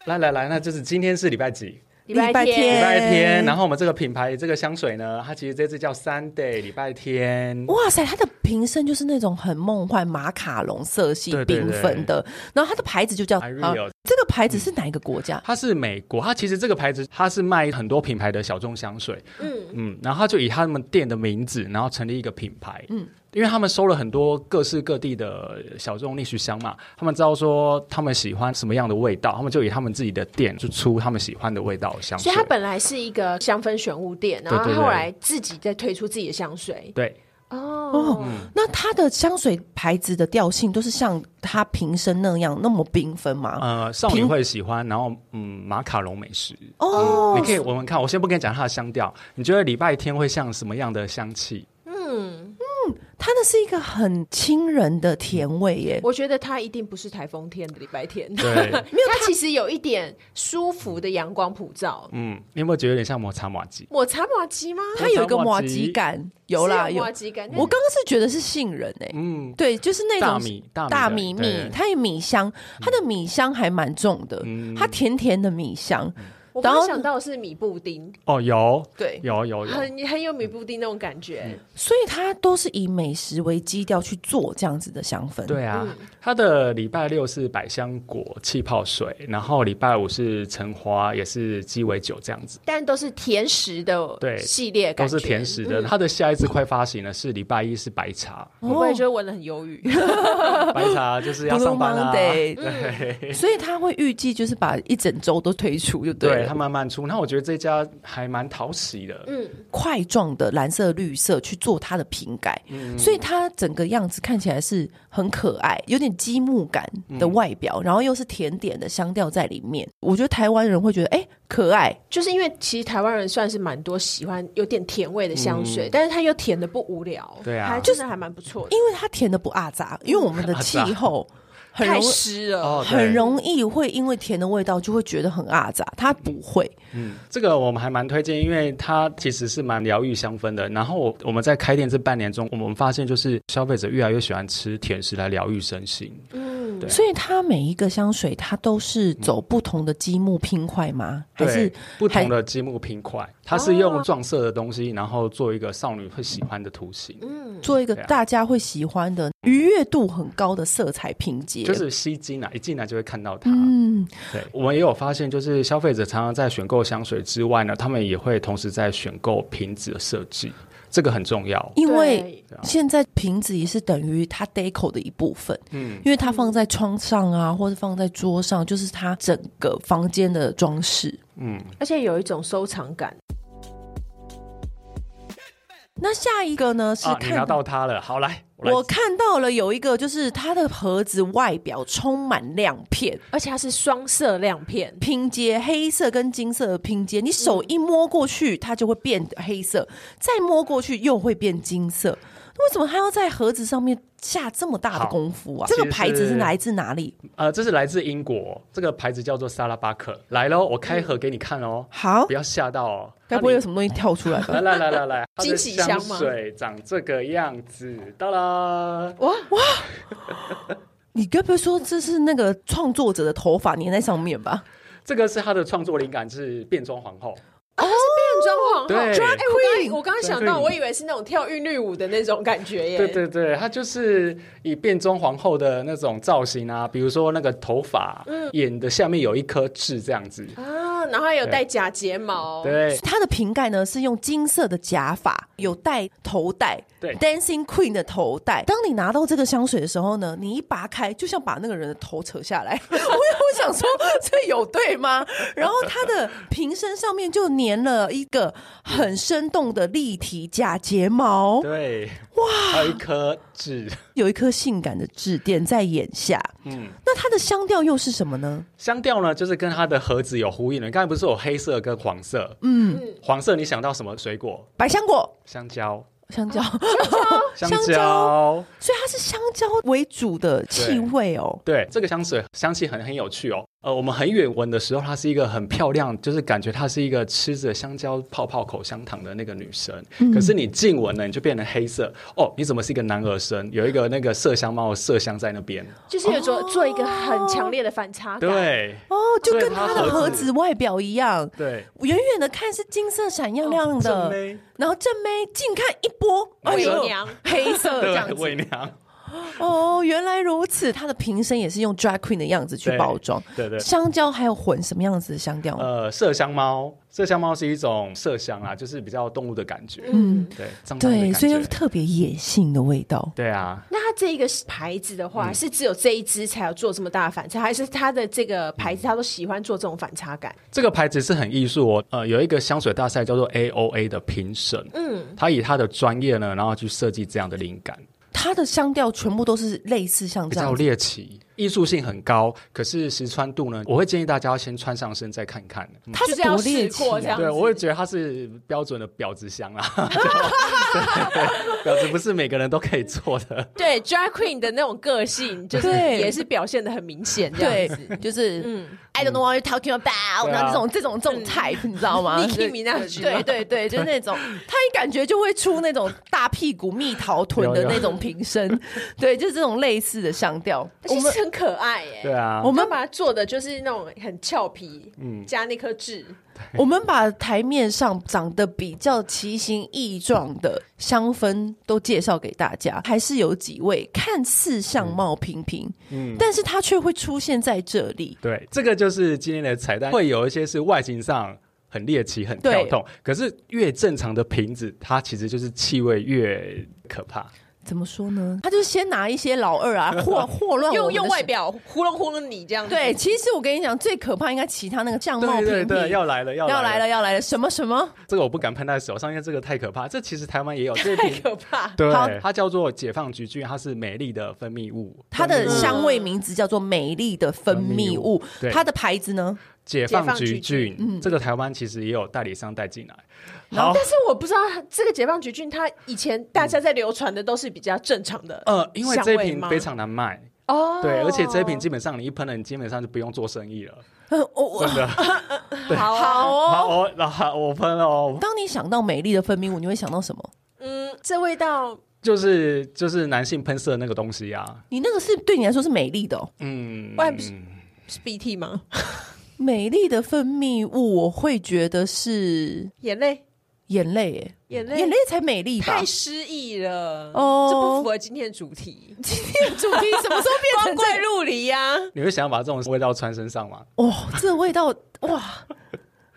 [SPEAKER 3] 来来来，那就是今天是礼拜几？
[SPEAKER 2] 礼
[SPEAKER 1] 拜
[SPEAKER 2] 拜
[SPEAKER 1] 天
[SPEAKER 3] 礼
[SPEAKER 2] 天，
[SPEAKER 3] 拜天。然后我们这个品牌这个香水呢，它其实这次叫 Sunday 礼拜天。
[SPEAKER 1] 哇塞，它的瓶身就是那种很梦幻马卡龙色系
[SPEAKER 3] 对对
[SPEAKER 1] 缤
[SPEAKER 3] 对
[SPEAKER 1] 纷的，然后它的牌子就叫
[SPEAKER 3] Ireo
[SPEAKER 1] 啊这个牌子是哪一个国家？
[SPEAKER 3] 它是美国，它其实这个牌子它是卖很多品牌的小众香水，嗯嗯，然后它就以他们店的名字，然后成立一个品牌，嗯，因为他们收了很多各式各地的小众 niche 香嘛，他们知道说他们喜欢什么样的味道，他们就以他们自己的店就出他们喜欢的味道的香
[SPEAKER 2] 所
[SPEAKER 3] 水
[SPEAKER 2] 以它，本来是一个香氛选物店，然后它
[SPEAKER 3] 对对对
[SPEAKER 2] 后来自己再推出自己的香水。
[SPEAKER 3] 对，
[SPEAKER 2] 哦，
[SPEAKER 3] 嗯
[SPEAKER 1] 那它的香水牌子的调性都是像它瓶身那样那么缤纷吗？
[SPEAKER 3] 呃，少女
[SPEAKER 1] 平
[SPEAKER 3] 会喜欢，然后嗯，马卡龙美食。嗯
[SPEAKER 1] 哦
[SPEAKER 3] 你可以闻闻看，我先不跟你讲它的香调，你觉得礼拜天会像什么样的香气？
[SPEAKER 1] 它那是一个很亲人的甜味耶。
[SPEAKER 2] 我觉得它一定不是台风天的礼拜天，
[SPEAKER 3] 对
[SPEAKER 2] 它其实有一点舒服的阳光普照。
[SPEAKER 3] 嗯，你有没有觉得有点像抹茶马吉？
[SPEAKER 2] 抹茶抹吉吗？
[SPEAKER 1] 它有一个
[SPEAKER 3] 抹茶
[SPEAKER 1] 摩
[SPEAKER 3] 抹
[SPEAKER 1] 吉
[SPEAKER 3] 吉
[SPEAKER 1] 感，有啦
[SPEAKER 2] 是
[SPEAKER 1] 有
[SPEAKER 2] 抹。吉感。
[SPEAKER 1] 我刚刚是觉得是杏仁诶，
[SPEAKER 3] 嗯，
[SPEAKER 1] 对，就是那
[SPEAKER 3] 大
[SPEAKER 1] 种
[SPEAKER 3] 米大米
[SPEAKER 1] 大
[SPEAKER 3] 的
[SPEAKER 1] 米米
[SPEAKER 3] 对，嗯
[SPEAKER 1] 它有米香，它的米香还蛮重的，它甜甜的米香，
[SPEAKER 3] 嗯
[SPEAKER 2] 我
[SPEAKER 1] 然
[SPEAKER 2] 刚
[SPEAKER 1] 后
[SPEAKER 2] 想到的是米布丁，
[SPEAKER 3] 哦，有
[SPEAKER 1] 对，
[SPEAKER 3] 有哦有嗯有，
[SPEAKER 2] 很很有米布丁那种感觉。
[SPEAKER 1] 所以它都是以美食为基调去做这样子的香氛。
[SPEAKER 3] 对啊，
[SPEAKER 1] 嗯
[SPEAKER 3] 它的礼拜六是百香果气泡水，然后礼拜五是橙花，也是鸡尾酒这样子，
[SPEAKER 2] 但都是甜食的
[SPEAKER 3] 对
[SPEAKER 2] 系列
[SPEAKER 3] 都
[SPEAKER 2] 感觉，
[SPEAKER 3] 是甜食
[SPEAKER 1] 嗯
[SPEAKER 3] 的。它的下一支快发行了，是礼拜一是白茶，
[SPEAKER 2] 会不会觉得闻得很忧郁？
[SPEAKER 3] 白茶就是要
[SPEAKER 1] Blue
[SPEAKER 3] 上班啦、
[SPEAKER 1] Monday
[SPEAKER 3] 对。
[SPEAKER 1] 所以他会预计就是把一整周都推出，就对嗯了
[SPEAKER 3] 对，它慢慢出。那我觉得这家还蛮讨喜的，
[SPEAKER 1] 块状的蓝色、绿色去做它的瓶盖，
[SPEAKER 3] 嗯
[SPEAKER 1] 所以它整个样子看起来是很可爱，有点积木感的外表，然后又是甜点的香调在里面。
[SPEAKER 3] 嗯
[SPEAKER 1] 我觉得台湾人会觉得，哎、可爱。
[SPEAKER 2] 就是因为其实台湾人算是蛮多喜欢有点甜味的香水，但是它又甜的不无聊，
[SPEAKER 3] 嗯对啊
[SPEAKER 2] 它就是还蛮不错的，
[SPEAKER 1] 因为它甜的不阿杂，因为我 们的气候很容
[SPEAKER 2] 太
[SPEAKER 1] 易。
[SPEAKER 2] 湿了。
[SPEAKER 3] 哦，对
[SPEAKER 1] 很容易会因为甜的味道就会觉得很阿杂，它不会。
[SPEAKER 3] 这个我们还蛮推荐，因为它其实是蛮疗愈香氛的。然后我我们在开店这半年中，我们发现就是消费者越来越喜欢吃甜食来疗愈身心。嗯，对
[SPEAKER 1] 所以它每一个香水，它都是走不同的积木拼块吗？还哦
[SPEAKER 3] 对
[SPEAKER 1] 是
[SPEAKER 3] 不同的积木拼块，它是用撞色的东西，然后做一个少女会喜欢的图形，
[SPEAKER 2] 嗯，
[SPEAKER 1] 做一个
[SPEAKER 3] 对啊
[SPEAKER 1] 大家会喜欢的、愉悦度很高的色彩拼接？
[SPEAKER 3] 就是吸睛啊，一进来就会看到它。
[SPEAKER 1] 嗯，
[SPEAKER 3] 对，我们也有发现，就是消费者常常在选购香水之外呢，他们也会同时在选购瓶子的设计，这个很重要。
[SPEAKER 1] 因为
[SPEAKER 2] 对
[SPEAKER 3] 对啊
[SPEAKER 1] 现在瓶子也是等于它 deco 的一部分，
[SPEAKER 3] 嗯，
[SPEAKER 1] 因为它放在窗上啊，或者放在桌上，就是它整个房间的装饰。
[SPEAKER 2] 而且有一种收藏感，
[SPEAKER 1] 那下一个呢是
[SPEAKER 3] 啊，你
[SPEAKER 1] 看
[SPEAKER 3] 拿到它了，好来，我来
[SPEAKER 1] 我看到了有一个，就是它的盒子外表充满亮片
[SPEAKER 2] 而且它是双色亮片，
[SPEAKER 1] 拼接，黑色跟金色的拼接，你手一摸过去，它就会变黑色，再摸过去又会变金色。那为什么它要在盒子上面下这么大的
[SPEAKER 3] 好
[SPEAKER 1] 功夫啊？
[SPEAKER 3] 其
[SPEAKER 1] 这
[SPEAKER 3] 实
[SPEAKER 1] 个牌子是来自哪里？
[SPEAKER 3] 呃，这是来自英国，这个牌子叫做萨拉巴克。来喽，我开盒给你看哦，
[SPEAKER 1] 嗯好
[SPEAKER 3] 不，要吓到哦。
[SPEAKER 1] 该不会有
[SPEAKER 3] 么？
[SPEAKER 1] 什么东西跳出来吧？
[SPEAKER 3] 来来来来来，它的
[SPEAKER 2] 惊喜箱吗
[SPEAKER 3] 香水长这个样子，到啦！
[SPEAKER 2] 哇哇，
[SPEAKER 1] 你该不会说这是那个创作者的头发粘在上面吧？
[SPEAKER 3] 这个是他的创作灵感是变装皇后，
[SPEAKER 2] 变装皇后，
[SPEAKER 3] 对
[SPEAKER 2] 哎、我
[SPEAKER 1] Queen
[SPEAKER 2] 刚我刚刚想
[SPEAKER 3] Drag
[SPEAKER 2] 到，
[SPEAKER 3] Queen
[SPEAKER 2] 我以为是那种跳韵律舞的那种感觉耶，
[SPEAKER 3] 对对对，他就是以变装皇后的那种造型啊，比如说那个头发，眼的下面有一颗痣这样子，
[SPEAKER 2] 啊，然后还有戴假睫毛，
[SPEAKER 3] 对
[SPEAKER 1] 它的瓶盖呢是用金色的假发，有戴头带，
[SPEAKER 3] 对
[SPEAKER 1] Dancing Queen 的头带。当你拿到这个香水的时候呢，你一拔开，就像把那个人的头扯下来。 我我想说，这有对吗？然后它的瓶身上面就粘了一个很生动的立体假睫毛，
[SPEAKER 3] 对，哇，还有一颗痣。
[SPEAKER 1] 有一颗性感的痣点在眼下。嗯，那它的香调又是什么呢？
[SPEAKER 3] 香调呢，就是跟它的盒子有呼应了。你刚才不是有黑色跟黄色？嗯，黄色你想到什么水果？
[SPEAKER 1] 百香果、
[SPEAKER 3] 香蕉，
[SPEAKER 1] 香蕉，
[SPEAKER 3] 香
[SPEAKER 1] 蕉
[SPEAKER 3] 蕉。
[SPEAKER 1] 所以它是香蕉为主的气味哦。
[SPEAKER 3] 对，这个香水香气很很有趣哦。呃，我们很远闻的时候，她是一个很漂亮，就是感觉她是一个吃着香蕉泡泡口香糖的那个女生。
[SPEAKER 1] 嗯
[SPEAKER 3] 可是你近闻了，你就变成黑色哦，你怎么是一个男儿身？有一个那个麝香猫的麝香在那边。
[SPEAKER 2] 就是有做、做一个很强烈的反差感，，
[SPEAKER 3] 对
[SPEAKER 1] 哦，就跟它的
[SPEAKER 3] 对它
[SPEAKER 1] 盒
[SPEAKER 3] 盒
[SPEAKER 1] 子
[SPEAKER 3] 子
[SPEAKER 1] 外表一样，
[SPEAKER 3] 对，
[SPEAKER 1] 远远的看是金色闪亮亮的，
[SPEAKER 3] 正妹哦
[SPEAKER 1] 然后正妹近看一波，哎
[SPEAKER 2] 伪
[SPEAKER 1] 呦，
[SPEAKER 2] 娘，
[SPEAKER 1] 黑 色这样
[SPEAKER 3] 对，伪
[SPEAKER 1] 子。
[SPEAKER 3] 娘，
[SPEAKER 1] 哦，原来如此，它的瓶身也是用 drag queen 的样子去
[SPEAKER 3] 对
[SPEAKER 1] 包装。
[SPEAKER 3] 对对。
[SPEAKER 1] 香蕉还有混什么样子的香调？
[SPEAKER 3] 呃，麝香猫，麝香猫是一种麝香啦，就是比较动物的感觉，
[SPEAKER 2] 嗯。
[SPEAKER 3] 对，脏脏的
[SPEAKER 1] 对，
[SPEAKER 3] 感
[SPEAKER 1] 所以就是
[SPEAKER 3] 觉，
[SPEAKER 1] 特别野性的味道。
[SPEAKER 3] 对啊，
[SPEAKER 2] 那它这一个牌子的
[SPEAKER 3] 嗯
[SPEAKER 2] 话，是只有这一支才有做这么大的反差，还是它的这个牌子它都喜欢做这种反差感？
[SPEAKER 3] 这个牌子是很艺术哦。呃，有一个香水大赛叫做 AOA 的评审，嗯，他以他的专业呢，然后去设计这样的灵感，
[SPEAKER 1] 它的香调全部都是类似像
[SPEAKER 3] 比
[SPEAKER 1] 这
[SPEAKER 3] 较
[SPEAKER 1] 样子，
[SPEAKER 3] 猎奇，艺术性很高，可是实穿度呢，我会建议大家要先穿上身再看看。嗯
[SPEAKER 1] 它是
[SPEAKER 2] 就是要
[SPEAKER 1] 多猎
[SPEAKER 2] 试
[SPEAKER 1] 奇
[SPEAKER 2] 过这
[SPEAKER 1] 啊
[SPEAKER 2] 样！
[SPEAKER 3] 对，我会觉得它是标准的婊子香 啦，对婊子不是每个人都可以做的。
[SPEAKER 2] 对，drag queen 的那种个性，就是
[SPEAKER 1] 对
[SPEAKER 2] 也是表现的很明显，这
[SPEAKER 1] 对
[SPEAKER 2] 样子。，
[SPEAKER 1] 就是嗯，I don't know what you're talking about，
[SPEAKER 3] 对啊
[SPEAKER 1] 然后这种这种这种 type，你知道吗
[SPEAKER 2] Nicki Minaj
[SPEAKER 1] 对
[SPEAKER 2] 吗
[SPEAKER 1] 对 对，就是那种，他一感觉就会出那种大屁股蜜桃臀的
[SPEAKER 3] 有有
[SPEAKER 1] 那种瓶身，对，就是这种类似的香调。我
[SPEAKER 2] 其
[SPEAKER 1] 们
[SPEAKER 2] 实很可爱耶、
[SPEAKER 3] 对啊
[SPEAKER 1] 我，
[SPEAKER 2] 我们把它做的就是那种很俏皮，嗯，加那颗痣，
[SPEAKER 1] 我们把台面上长得比较奇形异状的香氛都介绍给大家，还是有几位看似相貌平平，嗯，但是他却会出现在这里。
[SPEAKER 3] 对，这个就是今天的彩蛋，会有一些是外形上很猎奇、很跳动，可是越正常的瓶子，它其实就是气味越可怕。
[SPEAKER 1] 怎么说呢？他就先拿一些老二啊， 祸祸乱我
[SPEAKER 2] 用
[SPEAKER 1] 们的
[SPEAKER 2] 用外
[SPEAKER 1] 审
[SPEAKER 2] 表糊弄糊弄你这样子。
[SPEAKER 1] 对，，其实我跟你讲，最可怕应该其他那个相貌
[SPEAKER 3] 对
[SPEAKER 1] 平
[SPEAKER 3] 对
[SPEAKER 1] 平，
[SPEAKER 3] 对，要来了，要
[SPEAKER 1] 要
[SPEAKER 3] 来
[SPEAKER 1] 来了，要来了，什么什么？
[SPEAKER 3] 这个我不敢喷在手上，因为这个太可怕。这其实台湾也有这
[SPEAKER 2] 太
[SPEAKER 3] 瓶，
[SPEAKER 2] 可怕。
[SPEAKER 1] 好
[SPEAKER 3] 对，它叫做解放橘菌，它是美丽的分泌物，
[SPEAKER 1] 它的
[SPEAKER 3] 分泌物
[SPEAKER 1] 香味名字叫做美丽的分泌物
[SPEAKER 3] 分泌物，对
[SPEAKER 1] 它的牌子呢？
[SPEAKER 3] 解
[SPEAKER 2] 放
[SPEAKER 3] 放
[SPEAKER 2] 橘
[SPEAKER 3] 橘菌，这个台湾其实也有代理商带进来。
[SPEAKER 1] 然后
[SPEAKER 3] 好
[SPEAKER 2] 但，是我不知道这个解放橘菌，它以前大家在流传的都是比较正常的
[SPEAKER 3] 呃，因为这
[SPEAKER 2] 香味
[SPEAKER 3] 瓶
[SPEAKER 2] 吗
[SPEAKER 3] 非常难卖，
[SPEAKER 2] 哦，
[SPEAKER 3] 对，而且这瓶基本上你一喷了，你基本上就不用做生意了，
[SPEAKER 1] 呃我我
[SPEAKER 3] 真的。
[SPEAKER 2] 好啊
[SPEAKER 1] 好
[SPEAKER 2] 好，
[SPEAKER 1] 哦。
[SPEAKER 3] 好，我然后我喷了哦，
[SPEAKER 1] 当你想到美丽的分泌物，你会想到什么？
[SPEAKER 2] 嗯，这味道
[SPEAKER 3] 就是就是男性喷射那个东西啊，
[SPEAKER 1] 你那个是对你来说是美丽的、哦，
[SPEAKER 3] 嗯，
[SPEAKER 2] 外不是是 BT 吗？
[SPEAKER 1] 美丽的分泌物，我会觉得是
[SPEAKER 2] 眼泪，
[SPEAKER 1] 眼泪，耶，
[SPEAKER 2] 眼泪，
[SPEAKER 1] 眼泪才美丽吧
[SPEAKER 2] 太？诗意了，
[SPEAKER 1] 哦
[SPEAKER 2] 这不符合今天的主 题。
[SPEAKER 1] 今天的主题什么时候变
[SPEAKER 2] 光
[SPEAKER 1] 成这
[SPEAKER 2] 怪
[SPEAKER 1] 个？
[SPEAKER 2] 陆离 呀、
[SPEAKER 3] 你会想要把这种味道穿身上吗？
[SPEAKER 1] 哇、这味道哇，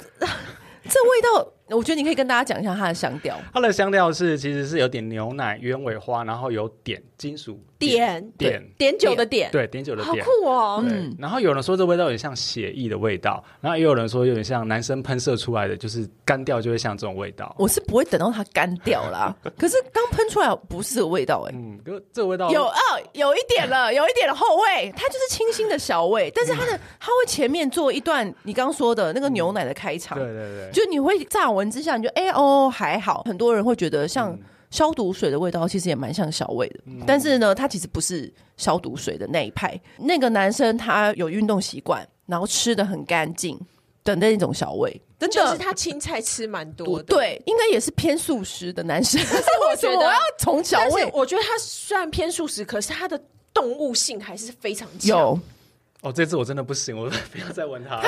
[SPEAKER 1] 这味道，我觉得你可以跟大家讲一下它的香调。
[SPEAKER 3] 它的香料是其实是有点牛奶、鸢尾花，然后有碘金属
[SPEAKER 2] 点
[SPEAKER 3] 碘，
[SPEAKER 2] 点酒的点，
[SPEAKER 3] 对碘酒的
[SPEAKER 2] 好
[SPEAKER 3] 碘。
[SPEAKER 2] 酷哦！
[SPEAKER 3] 对
[SPEAKER 1] 嗯
[SPEAKER 3] 然后有人说这味道有点像血液的味道，然后也有人说有点像男生喷射出来的，就是干掉就会像这种味道。
[SPEAKER 1] 我是不会等到它干掉 啦，可是刚喷出来不是这个味道哎、
[SPEAKER 3] 嗯，可这个味道
[SPEAKER 1] 有哦，有一点 了，有一点的后味，它就是清新的小味，但是它的它会前面做一段你刚说的那个牛奶的开场，
[SPEAKER 3] 对对对，
[SPEAKER 1] 就你会乍闻之下你就哎、哦还好，很多人会觉得像消毒水的味道其实也蛮像小味的，但是呢，它其实不是消毒水的那一派。那个男生他有运动习惯，然后吃的很干净的那种小味，真
[SPEAKER 2] 就
[SPEAKER 1] 的
[SPEAKER 2] 是他青菜吃蛮多的，。
[SPEAKER 1] 对，应该也是偏素食的男生。但是
[SPEAKER 2] 我觉 得
[SPEAKER 1] 我要从小
[SPEAKER 2] 但是
[SPEAKER 1] 味
[SPEAKER 2] 我觉得他虽然偏素食，可是他的动物性还是非常强。
[SPEAKER 1] 有，
[SPEAKER 3] 哦，这次我真的不行，我不要再闻它了，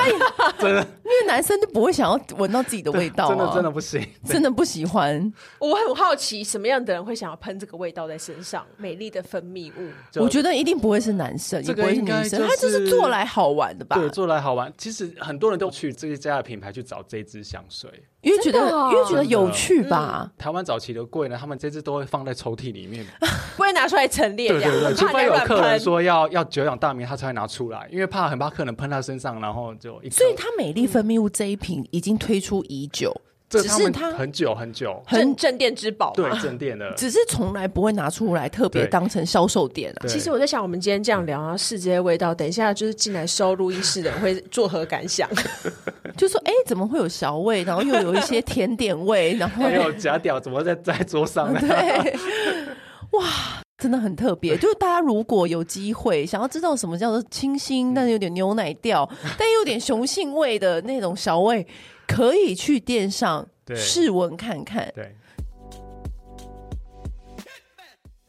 [SPEAKER 3] 真的
[SPEAKER 1] 因为男生就不会想要闻到自己的味道、啊，
[SPEAKER 3] 真的真的不行。
[SPEAKER 1] 真的不喜欢。
[SPEAKER 2] 我很好奇，什么样的人会想要喷这个味道在身上？美丽的分泌物，
[SPEAKER 3] 就
[SPEAKER 1] 我觉得一定不会是男生，
[SPEAKER 3] 这
[SPEAKER 1] 也
[SPEAKER 3] 个
[SPEAKER 1] 不会是
[SPEAKER 3] 应
[SPEAKER 1] 女
[SPEAKER 3] 该
[SPEAKER 1] 生，
[SPEAKER 3] 就
[SPEAKER 1] 他就是是做来好玩的吧？
[SPEAKER 3] 对，做来好玩。其实很多人都去这家的品牌去找这支香水。
[SPEAKER 1] 因为觉得
[SPEAKER 2] 真的哦
[SPEAKER 1] 因为觉得有趣吧。
[SPEAKER 3] 台湾早期的柜呢，他们这支都会放在抽屉里面。
[SPEAKER 2] 不会拿出来陈列，
[SPEAKER 3] 对
[SPEAKER 2] 这样
[SPEAKER 3] 对对，
[SPEAKER 2] 很
[SPEAKER 3] 除
[SPEAKER 2] 怕
[SPEAKER 3] 非
[SPEAKER 2] 人
[SPEAKER 3] 有
[SPEAKER 2] 家
[SPEAKER 3] 客
[SPEAKER 2] 乱
[SPEAKER 3] 人
[SPEAKER 2] 喷。
[SPEAKER 3] 说要要久仰大名，他才会拿出来，因为怕很怕客人喷他身上，然后就一颗
[SPEAKER 1] 所以它美丽分泌物这一瓶已经推出已久，
[SPEAKER 3] 嗯这
[SPEAKER 1] 只
[SPEAKER 3] 他
[SPEAKER 1] 是
[SPEAKER 3] 们
[SPEAKER 1] 它
[SPEAKER 3] 很久很久，
[SPEAKER 2] 镇
[SPEAKER 1] 很
[SPEAKER 2] 镇店之宝
[SPEAKER 3] 对
[SPEAKER 2] 嘛。
[SPEAKER 3] 正店的，
[SPEAKER 1] 只是从来不会拿出来特别
[SPEAKER 3] 对
[SPEAKER 1] 当成销售点啊。
[SPEAKER 3] 对
[SPEAKER 2] 其实我在想，我们今天这样聊，然后试这些味道，等一下就是进来收录音室的人会作何感 想？
[SPEAKER 1] 就说哎、怎么会有小味，然后又有一些甜点味，然后
[SPEAKER 3] 还有假屌怎么在在桌上呢？
[SPEAKER 1] 对，哇，真的很特别。就是大家如果有机会想要知道什么叫做清
[SPEAKER 3] 嗯
[SPEAKER 1] 新，但是有点牛奶 调，但又有点雄性味的那种小味，可以去店上
[SPEAKER 3] 对
[SPEAKER 1] 试闻看看。
[SPEAKER 3] 对，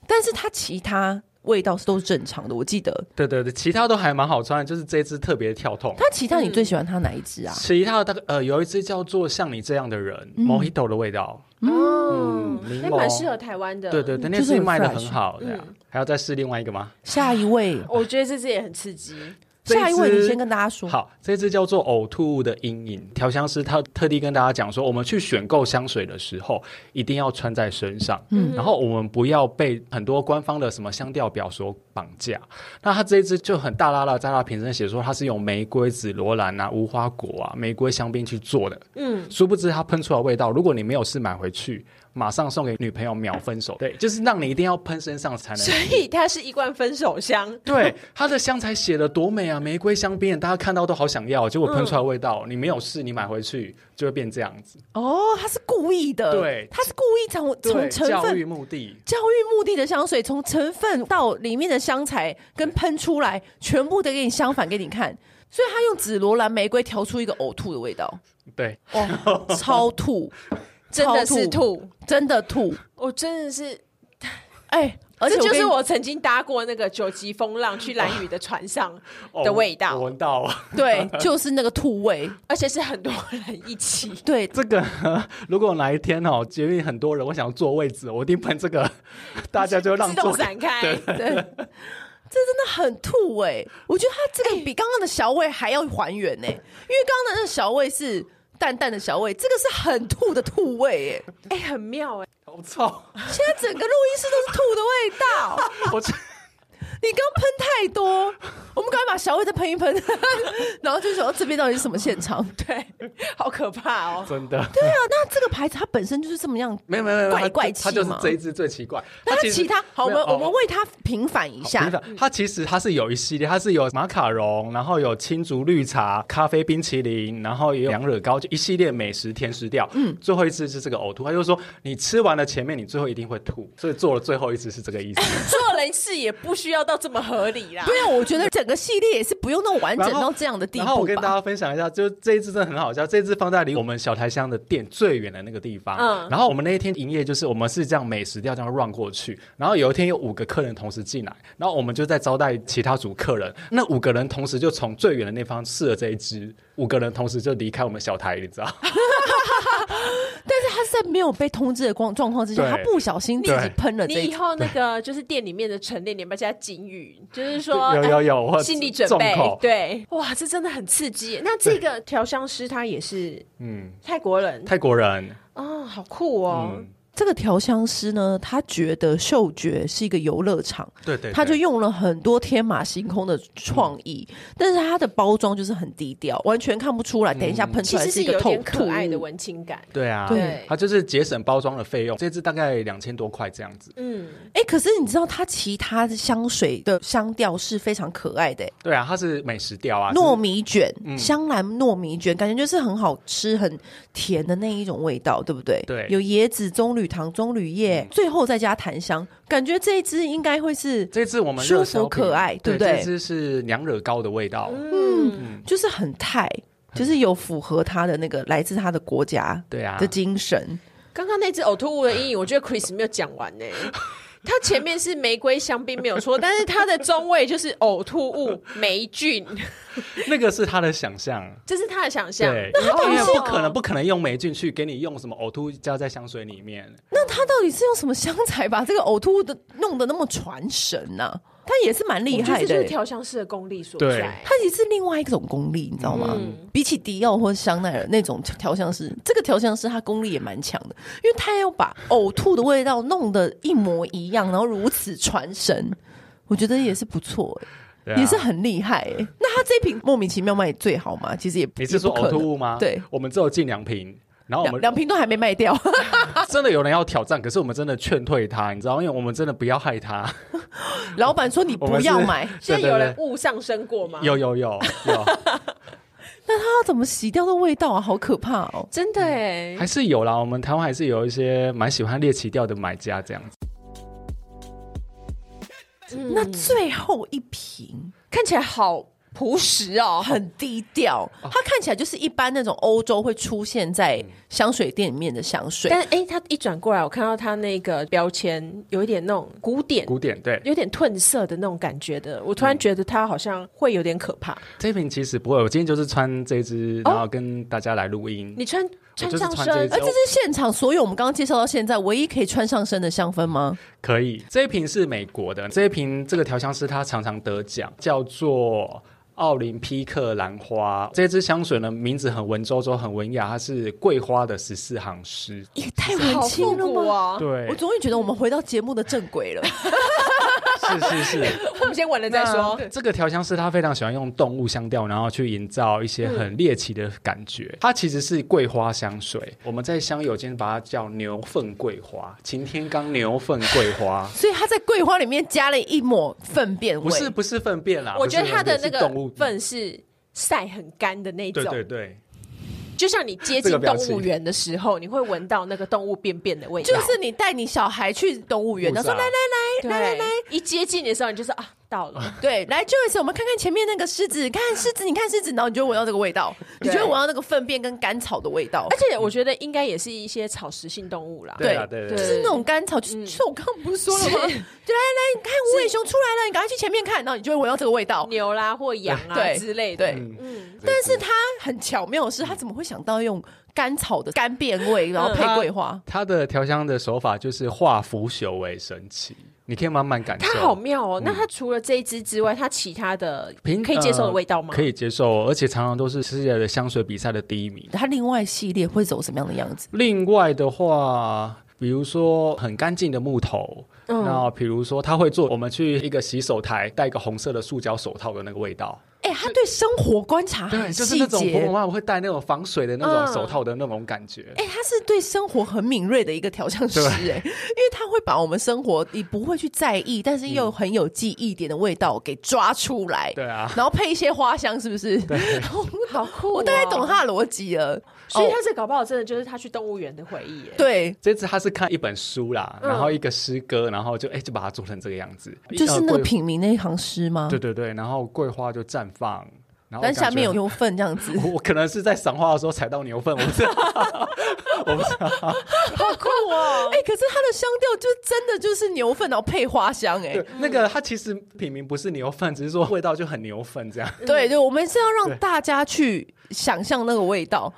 [SPEAKER 1] 但是它其他味道都是正常的，我记得。
[SPEAKER 3] 对对对，其他都还蛮好穿的，就是这支特别跳痛。
[SPEAKER 1] 它其他你最喜欢它哪一支啊？
[SPEAKER 3] 其他的大概呃有一支叫做像你这样的人，Mojito 的味
[SPEAKER 2] 哦
[SPEAKER 3] 道，嗯
[SPEAKER 2] 那
[SPEAKER 3] 柠檬
[SPEAKER 2] 蛮适合台湾的。
[SPEAKER 3] 对对对，那
[SPEAKER 1] 就是
[SPEAKER 3] 支
[SPEAKER 1] 很
[SPEAKER 3] 卖的
[SPEAKER 1] fresh
[SPEAKER 3] 很好的
[SPEAKER 2] 嗯。
[SPEAKER 3] 还要再试另外一个吗？
[SPEAKER 1] 下一位，
[SPEAKER 2] 我觉得这支也很刺激。
[SPEAKER 3] 这一
[SPEAKER 1] 下一位，
[SPEAKER 3] 支
[SPEAKER 1] 你先跟大家说。
[SPEAKER 3] 好，这支叫做呕吐物的阴影。调香师他特地跟大家讲说，我们去选购香水的时候，一定要穿在身上，
[SPEAKER 1] 嗯
[SPEAKER 3] 然后我们不要被很多官方的什么香调表所绑架。那他这一支就很大拉拉在他瓶身写说，它是用玫瑰、紫罗兰啊、无花果啊、玫瑰香槟去做的。
[SPEAKER 2] 嗯，
[SPEAKER 3] 殊不知它喷出来的味道，如果你没有试买回去，马上送给女朋友秒分手。对，就是让你一定要喷身上才能
[SPEAKER 2] 所。以它是一罐分手香。
[SPEAKER 3] 对，它的香材写的多美啊，玫瑰香槟，大家看到都好想要，结果喷出来的味道，
[SPEAKER 1] 嗯
[SPEAKER 3] 你没有试，你买回去就会变这样子。
[SPEAKER 1] 哦，他是故意的，
[SPEAKER 3] 对
[SPEAKER 1] 他是故意从
[SPEAKER 3] 对，
[SPEAKER 1] 从成
[SPEAKER 3] 教
[SPEAKER 1] 分
[SPEAKER 3] 育目的。
[SPEAKER 1] 教育目的的香水，从成分到里面的香材跟喷出来，全部都给你相反给你看。所以他用紫罗兰玫瑰调出一个呕吐的味道，
[SPEAKER 3] 对，
[SPEAKER 1] 哇，超吐，
[SPEAKER 2] 真的是
[SPEAKER 1] 超吐，
[SPEAKER 2] 吐，
[SPEAKER 1] 真的吐，
[SPEAKER 2] 我真的是，
[SPEAKER 1] 哎、而且
[SPEAKER 2] 这就是
[SPEAKER 1] 跟
[SPEAKER 2] 我曾经搭过那个九级风浪去蓝屿的船上
[SPEAKER 3] 哦
[SPEAKER 2] 的味道
[SPEAKER 3] 我闻到了。
[SPEAKER 1] 对，就是那个吐味，
[SPEAKER 2] 而且是很多人一起。
[SPEAKER 1] 对，
[SPEAKER 3] 这个如果哪一天哦，捷运很多人，我想要坐位置，我一定喷这个，大家就让
[SPEAKER 2] 自
[SPEAKER 3] 座
[SPEAKER 2] 动。散开，
[SPEAKER 1] 对，这真的很吐哎、我觉得它这个比刚刚的小味还要还原欸呢、因为刚刚的那个小味是淡淡的小味，这个是很吐的吐味哎、
[SPEAKER 2] 哎、很妙哎、
[SPEAKER 3] 好臭！
[SPEAKER 1] 现在整个录音室都是吐的味道，
[SPEAKER 3] 我这
[SPEAKER 1] 你刚喷太多，我们赶快把小味再喷一 喷，然后就想到这边到底是什么现场？
[SPEAKER 2] 对，好可怕 哦！
[SPEAKER 3] 真的
[SPEAKER 1] 对啊， 那这个牌子它本身就是这么样。
[SPEAKER 3] 没有没有没有，
[SPEAKER 1] 怪
[SPEAKER 3] 它
[SPEAKER 1] 怪
[SPEAKER 3] 它就是
[SPEAKER 1] 气吗
[SPEAKER 3] 这一支最奇怪。
[SPEAKER 1] 那它
[SPEAKER 3] 其实
[SPEAKER 1] 其他好，我
[SPEAKER 3] 没
[SPEAKER 1] 们
[SPEAKER 3] 有哦
[SPEAKER 1] 我们为它平反一下
[SPEAKER 3] 平。凡它其实它是有一系列，它是有马卡龙，然后有青竹绿茶、咖啡冰淇淋，然后也有凉惹糕，就一系列美食甜食调。嗯，最后一次是这个呕吐，它就是说你吃完了前面，你最后一定会吐，所以做了最后一次是这个意思。
[SPEAKER 2] 做人事也不需要到这么合理啦。
[SPEAKER 1] 对啊，我觉得这整个系列也是不用弄完整
[SPEAKER 3] 然后
[SPEAKER 1] 到这样的地步
[SPEAKER 3] 然
[SPEAKER 1] 吧？
[SPEAKER 3] 后我跟大家分享一下，就这一支真的很好笑，这一支放在离我们小台乡的店最远的那个地方。
[SPEAKER 2] 嗯
[SPEAKER 3] 然后我们那一天营业就是我们是这样美食调这样 run 过去，然后有一天有五个客人同时进来，然后我们就在招待其他组客人，那五个人同时就从最远的那方试了这一支，五个人同时就离开我们小台，你知道？
[SPEAKER 1] 但是他是在没有被通知的光状况之下，
[SPEAKER 3] 对
[SPEAKER 1] 他不小心自己
[SPEAKER 3] 对
[SPEAKER 1] 喷了
[SPEAKER 2] 你
[SPEAKER 1] 这一
[SPEAKER 2] 以后那个就是店里面的陈列，你要不要加警语？就是说
[SPEAKER 3] 有有有，
[SPEAKER 2] 呃
[SPEAKER 3] 我
[SPEAKER 2] 心理准
[SPEAKER 3] 重
[SPEAKER 2] 备
[SPEAKER 3] 口。
[SPEAKER 2] 对，哇，这真的很刺激。那这个调香师他也是
[SPEAKER 3] 嗯，
[SPEAKER 2] 泰国人
[SPEAKER 3] 泰国人，
[SPEAKER 2] 哦，好酷哦！
[SPEAKER 3] 嗯，
[SPEAKER 1] 这个调香师呢，他觉得嗅觉是一个游乐场，
[SPEAKER 3] 对对，
[SPEAKER 1] 他就
[SPEAKER 3] 对嗯
[SPEAKER 1] 用了很多天马行空的创意，但是他的包装就是很低调，完全看不出来。等一
[SPEAKER 3] 嗯
[SPEAKER 1] 下喷出
[SPEAKER 2] 其
[SPEAKER 1] 来
[SPEAKER 2] 实
[SPEAKER 1] 是
[SPEAKER 2] 是
[SPEAKER 1] 一个
[SPEAKER 2] 有
[SPEAKER 1] 透
[SPEAKER 2] 点可爱的
[SPEAKER 1] 味。
[SPEAKER 2] 文青感。
[SPEAKER 3] 对啊，
[SPEAKER 1] 对
[SPEAKER 3] 他就是节省包装的费用，这支大概两千多块这样子。
[SPEAKER 2] 嗯，
[SPEAKER 1] 哎、可是你知道它其他的香水的香调是非常可爱的、诶欸
[SPEAKER 3] 对啊，它是美食调啊，
[SPEAKER 1] 糯
[SPEAKER 3] 米。
[SPEAKER 1] 米卷、香兰糯米卷，感觉就是很好吃、很甜的那一种味道，对不对？
[SPEAKER 3] 对嗯
[SPEAKER 1] 有椰子、棕榈糖、棕榈叶，最后再加檀香，感觉这一支应该会是
[SPEAKER 3] 这次我们
[SPEAKER 1] 舒
[SPEAKER 3] 热
[SPEAKER 1] 服
[SPEAKER 3] 销品
[SPEAKER 1] 可爱对嗯
[SPEAKER 3] 对
[SPEAKER 1] 不对
[SPEAKER 3] 这次是娘惹糕的味道，
[SPEAKER 2] 嗯
[SPEAKER 3] 嗯
[SPEAKER 1] 就是很泰，就是有符合他的那个来自他的国家
[SPEAKER 3] 对啊
[SPEAKER 1] 的，精神。
[SPEAKER 2] 刚刚那只呕吐物的阴影，我觉得 Chris 没有讲完 呢。他前面是玫瑰香槟没有错，但是他的中位就是呕吐物霉菌，
[SPEAKER 3] 那个是他的想象。
[SPEAKER 2] 这是他的想象。
[SPEAKER 3] 对，
[SPEAKER 2] 到底
[SPEAKER 3] 因为
[SPEAKER 2] 是哦
[SPEAKER 3] 不可能，不可能用霉菌去给你用什么呕吐加在香水里面。
[SPEAKER 1] 那他到底是用什么香材把 这个呕吐物的弄得那么传神呢、他也是蛮厉
[SPEAKER 2] 我觉得
[SPEAKER 1] 害
[SPEAKER 2] 这
[SPEAKER 1] 的、
[SPEAKER 2] 就是调香师的功力所
[SPEAKER 3] 欸对
[SPEAKER 2] 在。嗯
[SPEAKER 1] 它也是另外一种功力，你知道吗？比起迪奥或香奈儿那种调香师，这个调香师他功力也蛮强的，因为他要把呕吐的味道弄得一模一样，然后如此传神，我觉得也是不错、欸
[SPEAKER 3] 对啊
[SPEAKER 1] 也是很厉害、欸。那他这瓶莫名其妙卖最好嘛？其实也
[SPEAKER 3] 你是说呕吐物吗？
[SPEAKER 1] 对，
[SPEAKER 3] 我们只有进两瓶。然后我
[SPEAKER 1] 两
[SPEAKER 3] 们
[SPEAKER 1] 两瓶都还没卖掉，
[SPEAKER 3] 真的有人要挑战，可是我们真的劝退他，你知道，因为我们真的不要害他。
[SPEAKER 1] 老板说你
[SPEAKER 3] 我
[SPEAKER 1] 不
[SPEAKER 3] 们是
[SPEAKER 1] 要买，
[SPEAKER 2] 现在
[SPEAKER 3] 对对
[SPEAKER 2] 有人
[SPEAKER 3] 对
[SPEAKER 2] 误上升过吗？
[SPEAKER 3] 有有有有，
[SPEAKER 1] 那他怎么洗掉的味道啊？好可怕哦！
[SPEAKER 2] 真的哎、
[SPEAKER 3] 嗯还是有啦。我们台湾还是有一些蛮喜欢猎奇调的买家这样子。嗯
[SPEAKER 1] 那最后一瓶
[SPEAKER 2] 看起来好朴实哦，
[SPEAKER 1] 很低调，
[SPEAKER 3] 哦
[SPEAKER 1] 它看起来就是一般那种欧洲会出现在香水店里面的香水。
[SPEAKER 2] 但哎、诶他一转过来，我看到他那个标签有一点那种古典。
[SPEAKER 3] 古嗯典对，
[SPEAKER 2] 有点褪色的那种感觉的，我突然觉得他好像会有点可怕。
[SPEAKER 3] 这瓶其实不会，我今天就是穿这支，
[SPEAKER 1] 哦
[SPEAKER 3] 然后跟大家来录音。
[SPEAKER 2] 你穿穿
[SPEAKER 3] 就是
[SPEAKER 2] 上
[SPEAKER 3] 穿这
[SPEAKER 2] 身
[SPEAKER 3] 一
[SPEAKER 1] 而
[SPEAKER 3] 种
[SPEAKER 1] 这是现场所有我们刚刚介绍到现在唯一可以穿上身的香氛吗？
[SPEAKER 3] 可以，这一瓶是美国的，这一瓶这个调香师他常常得奖，叫做。奥林匹克兰花这支香水呢，名字很文绉绉，很文雅，它是桂花的十四行诗。
[SPEAKER 1] 也哎太
[SPEAKER 2] 好
[SPEAKER 1] 文
[SPEAKER 2] 复
[SPEAKER 1] 青了
[SPEAKER 2] 古
[SPEAKER 1] 吗？
[SPEAKER 2] 哦！
[SPEAKER 3] 对
[SPEAKER 1] 我，终于觉得我们回到节目的正轨 了。，
[SPEAKER 3] 是 是是。
[SPEAKER 2] 我们先闻了再说。
[SPEAKER 3] 那这个调香师他非常喜欢用动物香调，然后去营造一些很猎奇的感觉。它其实是桂花香水，我们在香友间把它叫牛粪桂花，擎天岗牛粪桂花
[SPEAKER 1] 所以他在桂花里面加了一抹粪便
[SPEAKER 3] 不
[SPEAKER 1] 味，
[SPEAKER 3] 是不是粪便啦，
[SPEAKER 2] 我觉得他的
[SPEAKER 3] 不
[SPEAKER 2] 那
[SPEAKER 3] 是粪便是
[SPEAKER 2] 个
[SPEAKER 3] 动物
[SPEAKER 2] 粪是晒很干的那种
[SPEAKER 3] 对，对对。
[SPEAKER 2] 就像你接
[SPEAKER 3] 这
[SPEAKER 2] 近
[SPEAKER 3] 个
[SPEAKER 2] 动
[SPEAKER 3] 表情
[SPEAKER 2] 物园的时候，你会闻到那个动物便便的味道。
[SPEAKER 1] 就是你带你小孩去动物园，
[SPEAKER 3] 路
[SPEAKER 1] 他说
[SPEAKER 3] 上
[SPEAKER 1] 来来来
[SPEAKER 2] 对
[SPEAKER 1] 来来来，，
[SPEAKER 2] 一接近的时候，你就说啊，到 了。
[SPEAKER 1] 对，来 Joyce，我们看看前面那个狮子，看狮子，你看狮子，然后你就会闻到这个味道，你就会闻到那个粪便跟干草的味道
[SPEAKER 2] 而。且我觉得应该也是一些草食性动物啦。
[SPEAKER 3] 对啦啊对嗯
[SPEAKER 1] 就
[SPEAKER 3] 对
[SPEAKER 1] 是那种干草，就是就是我刚刚不是说了吗？就来来，你看无尾熊出来了，你赶快去前面看，然后你就会闻到这个味道。
[SPEAKER 3] 嗯
[SPEAKER 2] 牛啦或羊啊
[SPEAKER 1] 对
[SPEAKER 2] 之类的。
[SPEAKER 1] 对
[SPEAKER 2] 嗯，
[SPEAKER 1] 但是他很巧妙的是，他怎么会想到用甘草的干变味，
[SPEAKER 3] 嗯
[SPEAKER 1] 然后配桂花？
[SPEAKER 3] 它的调香的手法就是化腐朽为神奇，你可以慢慢感受。
[SPEAKER 2] 它好妙哦。
[SPEAKER 3] 嗯
[SPEAKER 2] 那它除了这一支之外，它其他的可以接受的味道吗？
[SPEAKER 3] 呃可以接受，而且常常都是世界的香水比赛的第一名。
[SPEAKER 1] 他另外系列会走什么样的样子？
[SPEAKER 3] 另外的话，比如说很干净的木头，
[SPEAKER 2] 嗯
[SPEAKER 3] 那比如说它会做我们去一个洗手台戴一个红色的塑胶手套的那个味道，
[SPEAKER 1] 哎、哎、他对生活观察
[SPEAKER 3] 嗯对，
[SPEAKER 1] 很
[SPEAKER 3] 就是
[SPEAKER 1] 细
[SPEAKER 3] 那种婆
[SPEAKER 1] 节
[SPEAKER 3] 婆。妈妈会戴那种防水的那
[SPEAKER 2] 啊嗯
[SPEAKER 3] 种手套的那种感觉。
[SPEAKER 1] 哎、他是对生活很敏锐的一个调香师
[SPEAKER 3] 对
[SPEAKER 1] 哎、因为他会把我们生活你不会去在意，但是又很有记忆点的味道给抓出来，
[SPEAKER 3] 嗯对啊，
[SPEAKER 1] 然后配一些花香，是不是？然后
[SPEAKER 2] 好酷哦
[SPEAKER 1] 我大概懂他的逻辑了，
[SPEAKER 2] 所以
[SPEAKER 1] 哦
[SPEAKER 2] 他这搞不好真的就是他去动物园的回忆耶。
[SPEAKER 1] 对，
[SPEAKER 3] 这次他是看一本书啦，
[SPEAKER 2] 嗯
[SPEAKER 3] 然后一个诗歌，然后就哎、就把它做成这个样子，
[SPEAKER 1] 就是那个
[SPEAKER 3] 呃桂
[SPEAKER 1] 品茗那一行诗吗？
[SPEAKER 3] 对对对，然后桂花就绽放，然后
[SPEAKER 1] 但下面有
[SPEAKER 3] 我感觉。哦
[SPEAKER 1] 牛粪这样子，
[SPEAKER 3] 我我可能是在赏花的时候踩到牛粪，我 不知道，我不知道。
[SPEAKER 2] 好酷哦！
[SPEAKER 1] 哎、可是它的香调就真的就是牛粪，然后配花香、
[SPEAKER 3] 对
[SPEAKER 1] 哎，，
[SPEAKER 3] 那个它其实品名不是牛粪，只是说味道就很牛粪这样。
[SPEAKER 1] 对对，我们是要
[SPEAKER 3] 对嗯
[SPEAKER 1] 让大家去想象那个味道，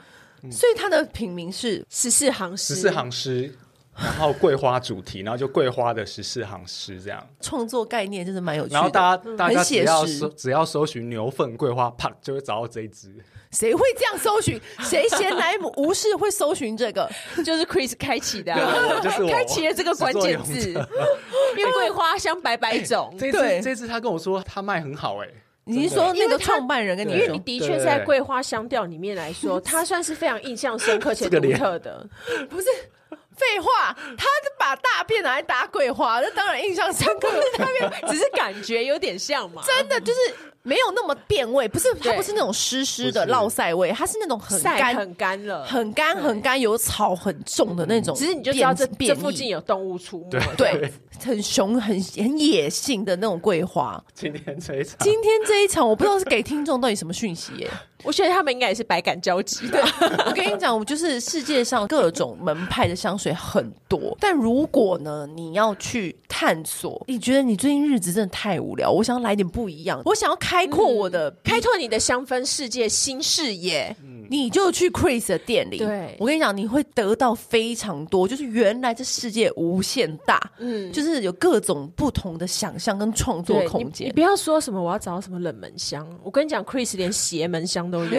[SPEAKER 1] 所以它的品名是
[SPEAKER 2] 十四行诗，
[SPEAKER 3] 十四行诗，然后桂花主题，然后就桂花的十四行诗这样。
[SPEAKER 1] 创作概念，就是蛮有趣
[SPEAKER 3] 然后
[SPEAKER 1] 的。
[SPEAKER 3] 大家大家
[SPEAKER 1] 很
[SPEAKER 3] 只
[SPEAKER 1] 写
[SPEAKER 3] 要
[SPEAKER 1] 实
[SPEAKER 3] 搜只要搜寻牛粪桂花，啪就会找到这 一支。
[SPEAKER 1] 谁会这样搜寻？谁闲来无事会搜寻这个？
[SPEAKER 2] 就是 Chris 开启的、啊，
[SPEAKER 3] 对， 就是我
[SPEAKER 2] 开启了这个关键字，
[SPEAKER 3] 始作俑者
[SPEAKER 2] 因为桂花香百百种。
[SPEAKER 3] 这一
[SPEAKER 1] 对
[SPEAKER 3] 次这一次他跟我说他卖很好哎、
[SPEAKER 1] 你是
[SPEAKER 3] 真
[SPEAKER 1] 说
[SPEAKER 3] 的
[SPEAKER 1] 那
[SPEAKER 2] 因为
[SPEAKER 1] 个
[SPEAKER 2] 它
[SPEAKER 1] 创办人跟你
[SPEAKER 2] 因为你
[SPEAKER 1] 说？
[SPEAKER 2] 的确在桂花香调里面来 说，它算是非常印象深刻且独特的。
[SPEAKER 1] 不是废话，他把大便拿来搭桂花，那当然印象深刻。
[SPEAKER 2] 它没有只是感觉有点像嘛，
[SPEAKER 1] 真的就是没有那么变味，不是它
[SPEAKER 2] 对
[SPEAKER 1] 不是那种湿湿的
[SPEAKER 3] 不是
[SPEAKER 1] 落晒味，它是那种很
[SPEAKER 2] 晒
[SPEAKER 1] 干、
[SPEAKER 2] 很干了，
[SPEAKER 1] 很干、很干，有草很重的那种变。
[SPEAKER 2] 只是你就知道这
[SPEAKER 1] 变
[SPEAKER 2] 这附
[SPEAKER 1] 异
[SPEAKER 2] 近有动物出没。
[SPEAKER 1] 对很熊、很很野性的那种桂花。
[SPEAKER 3] 今天这一场
[SPEAKER 1] 今天这一场，我不知道是给听众到底什么讯息耶、
[SPEAKER 2] 我觉得他们应该也是百感交集的。
[SPEAKER 1] 我跟你讲，我就是世界上各种门派的香水很多，但如果呢，你要去探索，你觉得你最近日子真的太无聊，我想要来点不一样，我想要开阔我的
[SPEAKER 2] 开拓你的香氛世界新视野，
[SPEAKER 1] 你就去 Chris 的店里。
[SPEAKER 2] 对
[SPEAKER 1] 我跟你讲，你会得到非常多，就是原来这世界无限大，
[SPEAKER 2] 嗯
[SPEAKER 1] 嗯，就是有各种不同的想象跟创作
[SPEAKER 2] 对
[SPEAKER 1] 空
[SPEAKER 2] 你你
[SPEAKER 1] 间
[SPEAKER 2] 不。要说什么我要找什么冷门香，我跟你讲，Chris 连邪门香都 有。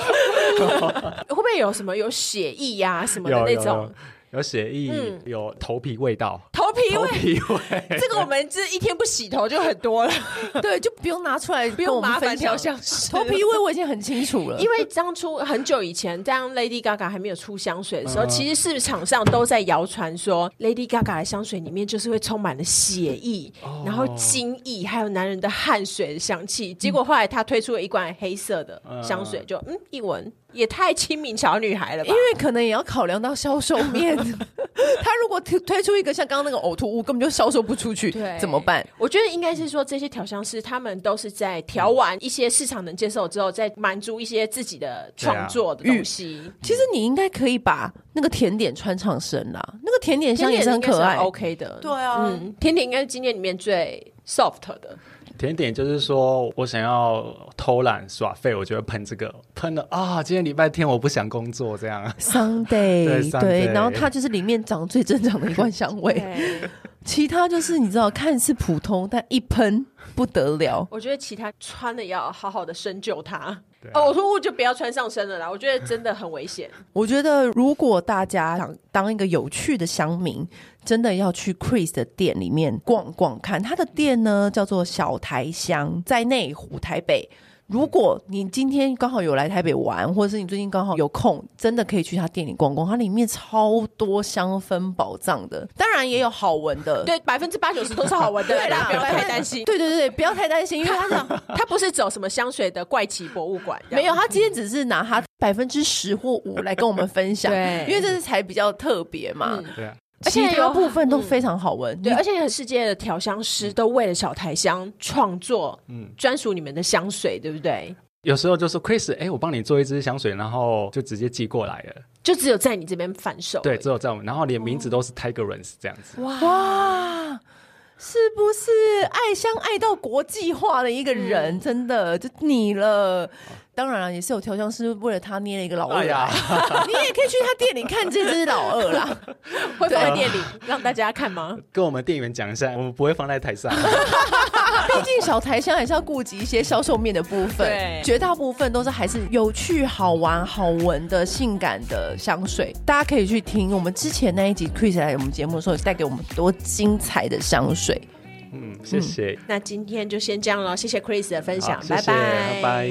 [SPEAKER 2] 会不会有什么有血意呀、什么的
[SPEAKER 3] 有
[SPEAKER 2] 那
[SPEAKER 3] 有
[SPEAKER 2] 种
[SPEAKER 3] 有有血意，
[SPEAKER 2] 嗯
[SPEAKER 3] 有头皮味道，
[SPEAKER 2] 头皮
[SPEAKER 3] 头
[SPEAKER 2] 味？
[SPEAKER 3] 皮味，
[SPEAKER 2] 这个我们这一天不洗头就很 多了，
[SPEAKER 1] 对，就不用拿出来
[SPEAKER 2] 不
[SPEAKER 1] 不
[SPEAKER 2] 用麻烦
[SPEAKER 1] 分
[SPEAKER 2] 调
[SPEAKER 1] 享。
[SPEAKER 2] 香师。
[SPEAKER 1] 头皮味我已经很清楚了，
[SPEAKER 2] 因为当初很久以前，当 Lady Gaga 还没有出香水的时候，
[SPEAKER 3] 嗯
[SPEAKER 2] 其实市场上都在谣传说 Lady Gaga 的香水里面就是会充满了血意，
[SPEAKER 3] 哦
[SPEAKER 2] 然后精意，还有男人的汗水的香气。
[SPEAKER 3] 嗯
[SPEAKER 2] 结果后来她推出了一罐黑色的香水，就嗯一闻也太亲民小女孩了吧
[SPEAKER 1] 因？为可能也要考量到销售 面。他如果推推出一个像刚刚那个呕吐物，根本就销售不出去，
[SPEAKER 2] 对
[SPEAKER 1] 怎么办？
[SPEAKER 2] 我觉得应该是说，这些调香师他们都是在调完一些市场能接受之后，再满足一些自己的创作的东西。
[SPEAKER 1] 其实你应该可以把那个甜点穿上身啦，那个甜点香啊也
[SPEAKER 2] 甜
[SPEAKER 1] 是很
[SPEAKER 2] 点应该是
[SPEAKER 1] 可爱。
[SPEAKER 2] ，OK 的。
[SPEAKER 1] 对啊
[SPEAKER 2] 嗯，甜点应该是今天里面最 soft 的。
[SPEAKER 3] 甜点就是说我想要偷懒耍废，我就会喷这个，喷了啊！今天礼拜天我不想工作，这样
[SPEAKER 1] Sunday，
[SPEAKER 3] Sunday
[SPEAKER 1] 然后它就是里面长最正常的一罐香味，其他就是你知道，看似普通，但一喷不得了。
[SPEAKER 2] 我觉得其他穿的要好好的深究哦它。
[SPEAKER 3] 对啊
[SPEAKER 2] 呕吐物就不要穿上身了啦，我觉得真的很 危险。
[SPEAKER 1] 我觉得如果大家想当一个有趣的乡民，真的要去 Chris 的店里面逛逛看。他的店呢叫做小台香，在内湖台北。如果你今天刚好有来台北玩，或者是你最近刚好有空，真的可以去他店里逛逛，它里面超多香氛宝藏的，当然也有好闻的。
[SPEAKER 2] 对，百分之八九十都是好 闻的，大家不要太担心。
[SPEAKER 1] 对对对对，不要太担心，因为他 讲
[SPEAKER 2] 它不是走什么香水的怪奇博物馆，
[SPEAKER 1] 没有，他今天只是拿他百分之十或五来跟我们分享，
[SPEAKER 2] 对
[SPEAKER 1] 因为这是才比较特别嘛。
[SPEAKER 2] 嗯
[SPEAKER 3] 对啊，
[SPEAKER 2] 而且
[SPEAKER 1] 其
[SPEAKER 2] 有
[SPEAKER 1] 他部分都非常好闻，
[SPEAKER 2] 对，
[SPEAKER 1] 你
[SPEAKER 2] 而且世界的调香师都为了小台香创作
[SPEAKER 3] 嗯，
[SPEAKER 2] 专属你们的香水，对不对？
[SPEAKER 3] 有时候就说 Chris，哎、我帮你做一支香水，然后就直接寄过来了。
[SPEAKER 2] 就只有在你这边反手。
[SPEAKER 3] 对，只有在我们，然后连名字都是 Tigerance 这样子。
[SPEAKER 1] 哇，是不是爱香爱到国际化的一个人？真的就你了。当然了，也是有调香师为了他捏了一个老二
[SPEAKER 3] 哎
[SPEAKER 1] 啦
[SPEAKER 3] 呀，
[SPEAKER 1] 你也可以去他店里看这只老二啊 啦。
[SPEAKER 2] 会放在店里让大家看吗？
[SPEAKER 3] 跟我们店员讲一下，我们不会放在 台上。
[SPEAKER 1] 毕竟小台香还是要顾及一些销售面的部分
[SPEAKER 2] 对，
[SPEAKER 1] 绝大部分都是还是有趣、好玩、好闻的、性感的香水。大家可以去听我们之前那一集 Chris 来我们节目的时候，带给我们多精彩的香水。
[SPEAKER 3] 嗯，谢谢，
[SPEAKER 2] 那今天就先这样了，谢谢 Chris 的分享
[SPEAKER 3] 好，
[SPEAKER 2] 拜
[SPEAKER 3] 谢谢拜拜。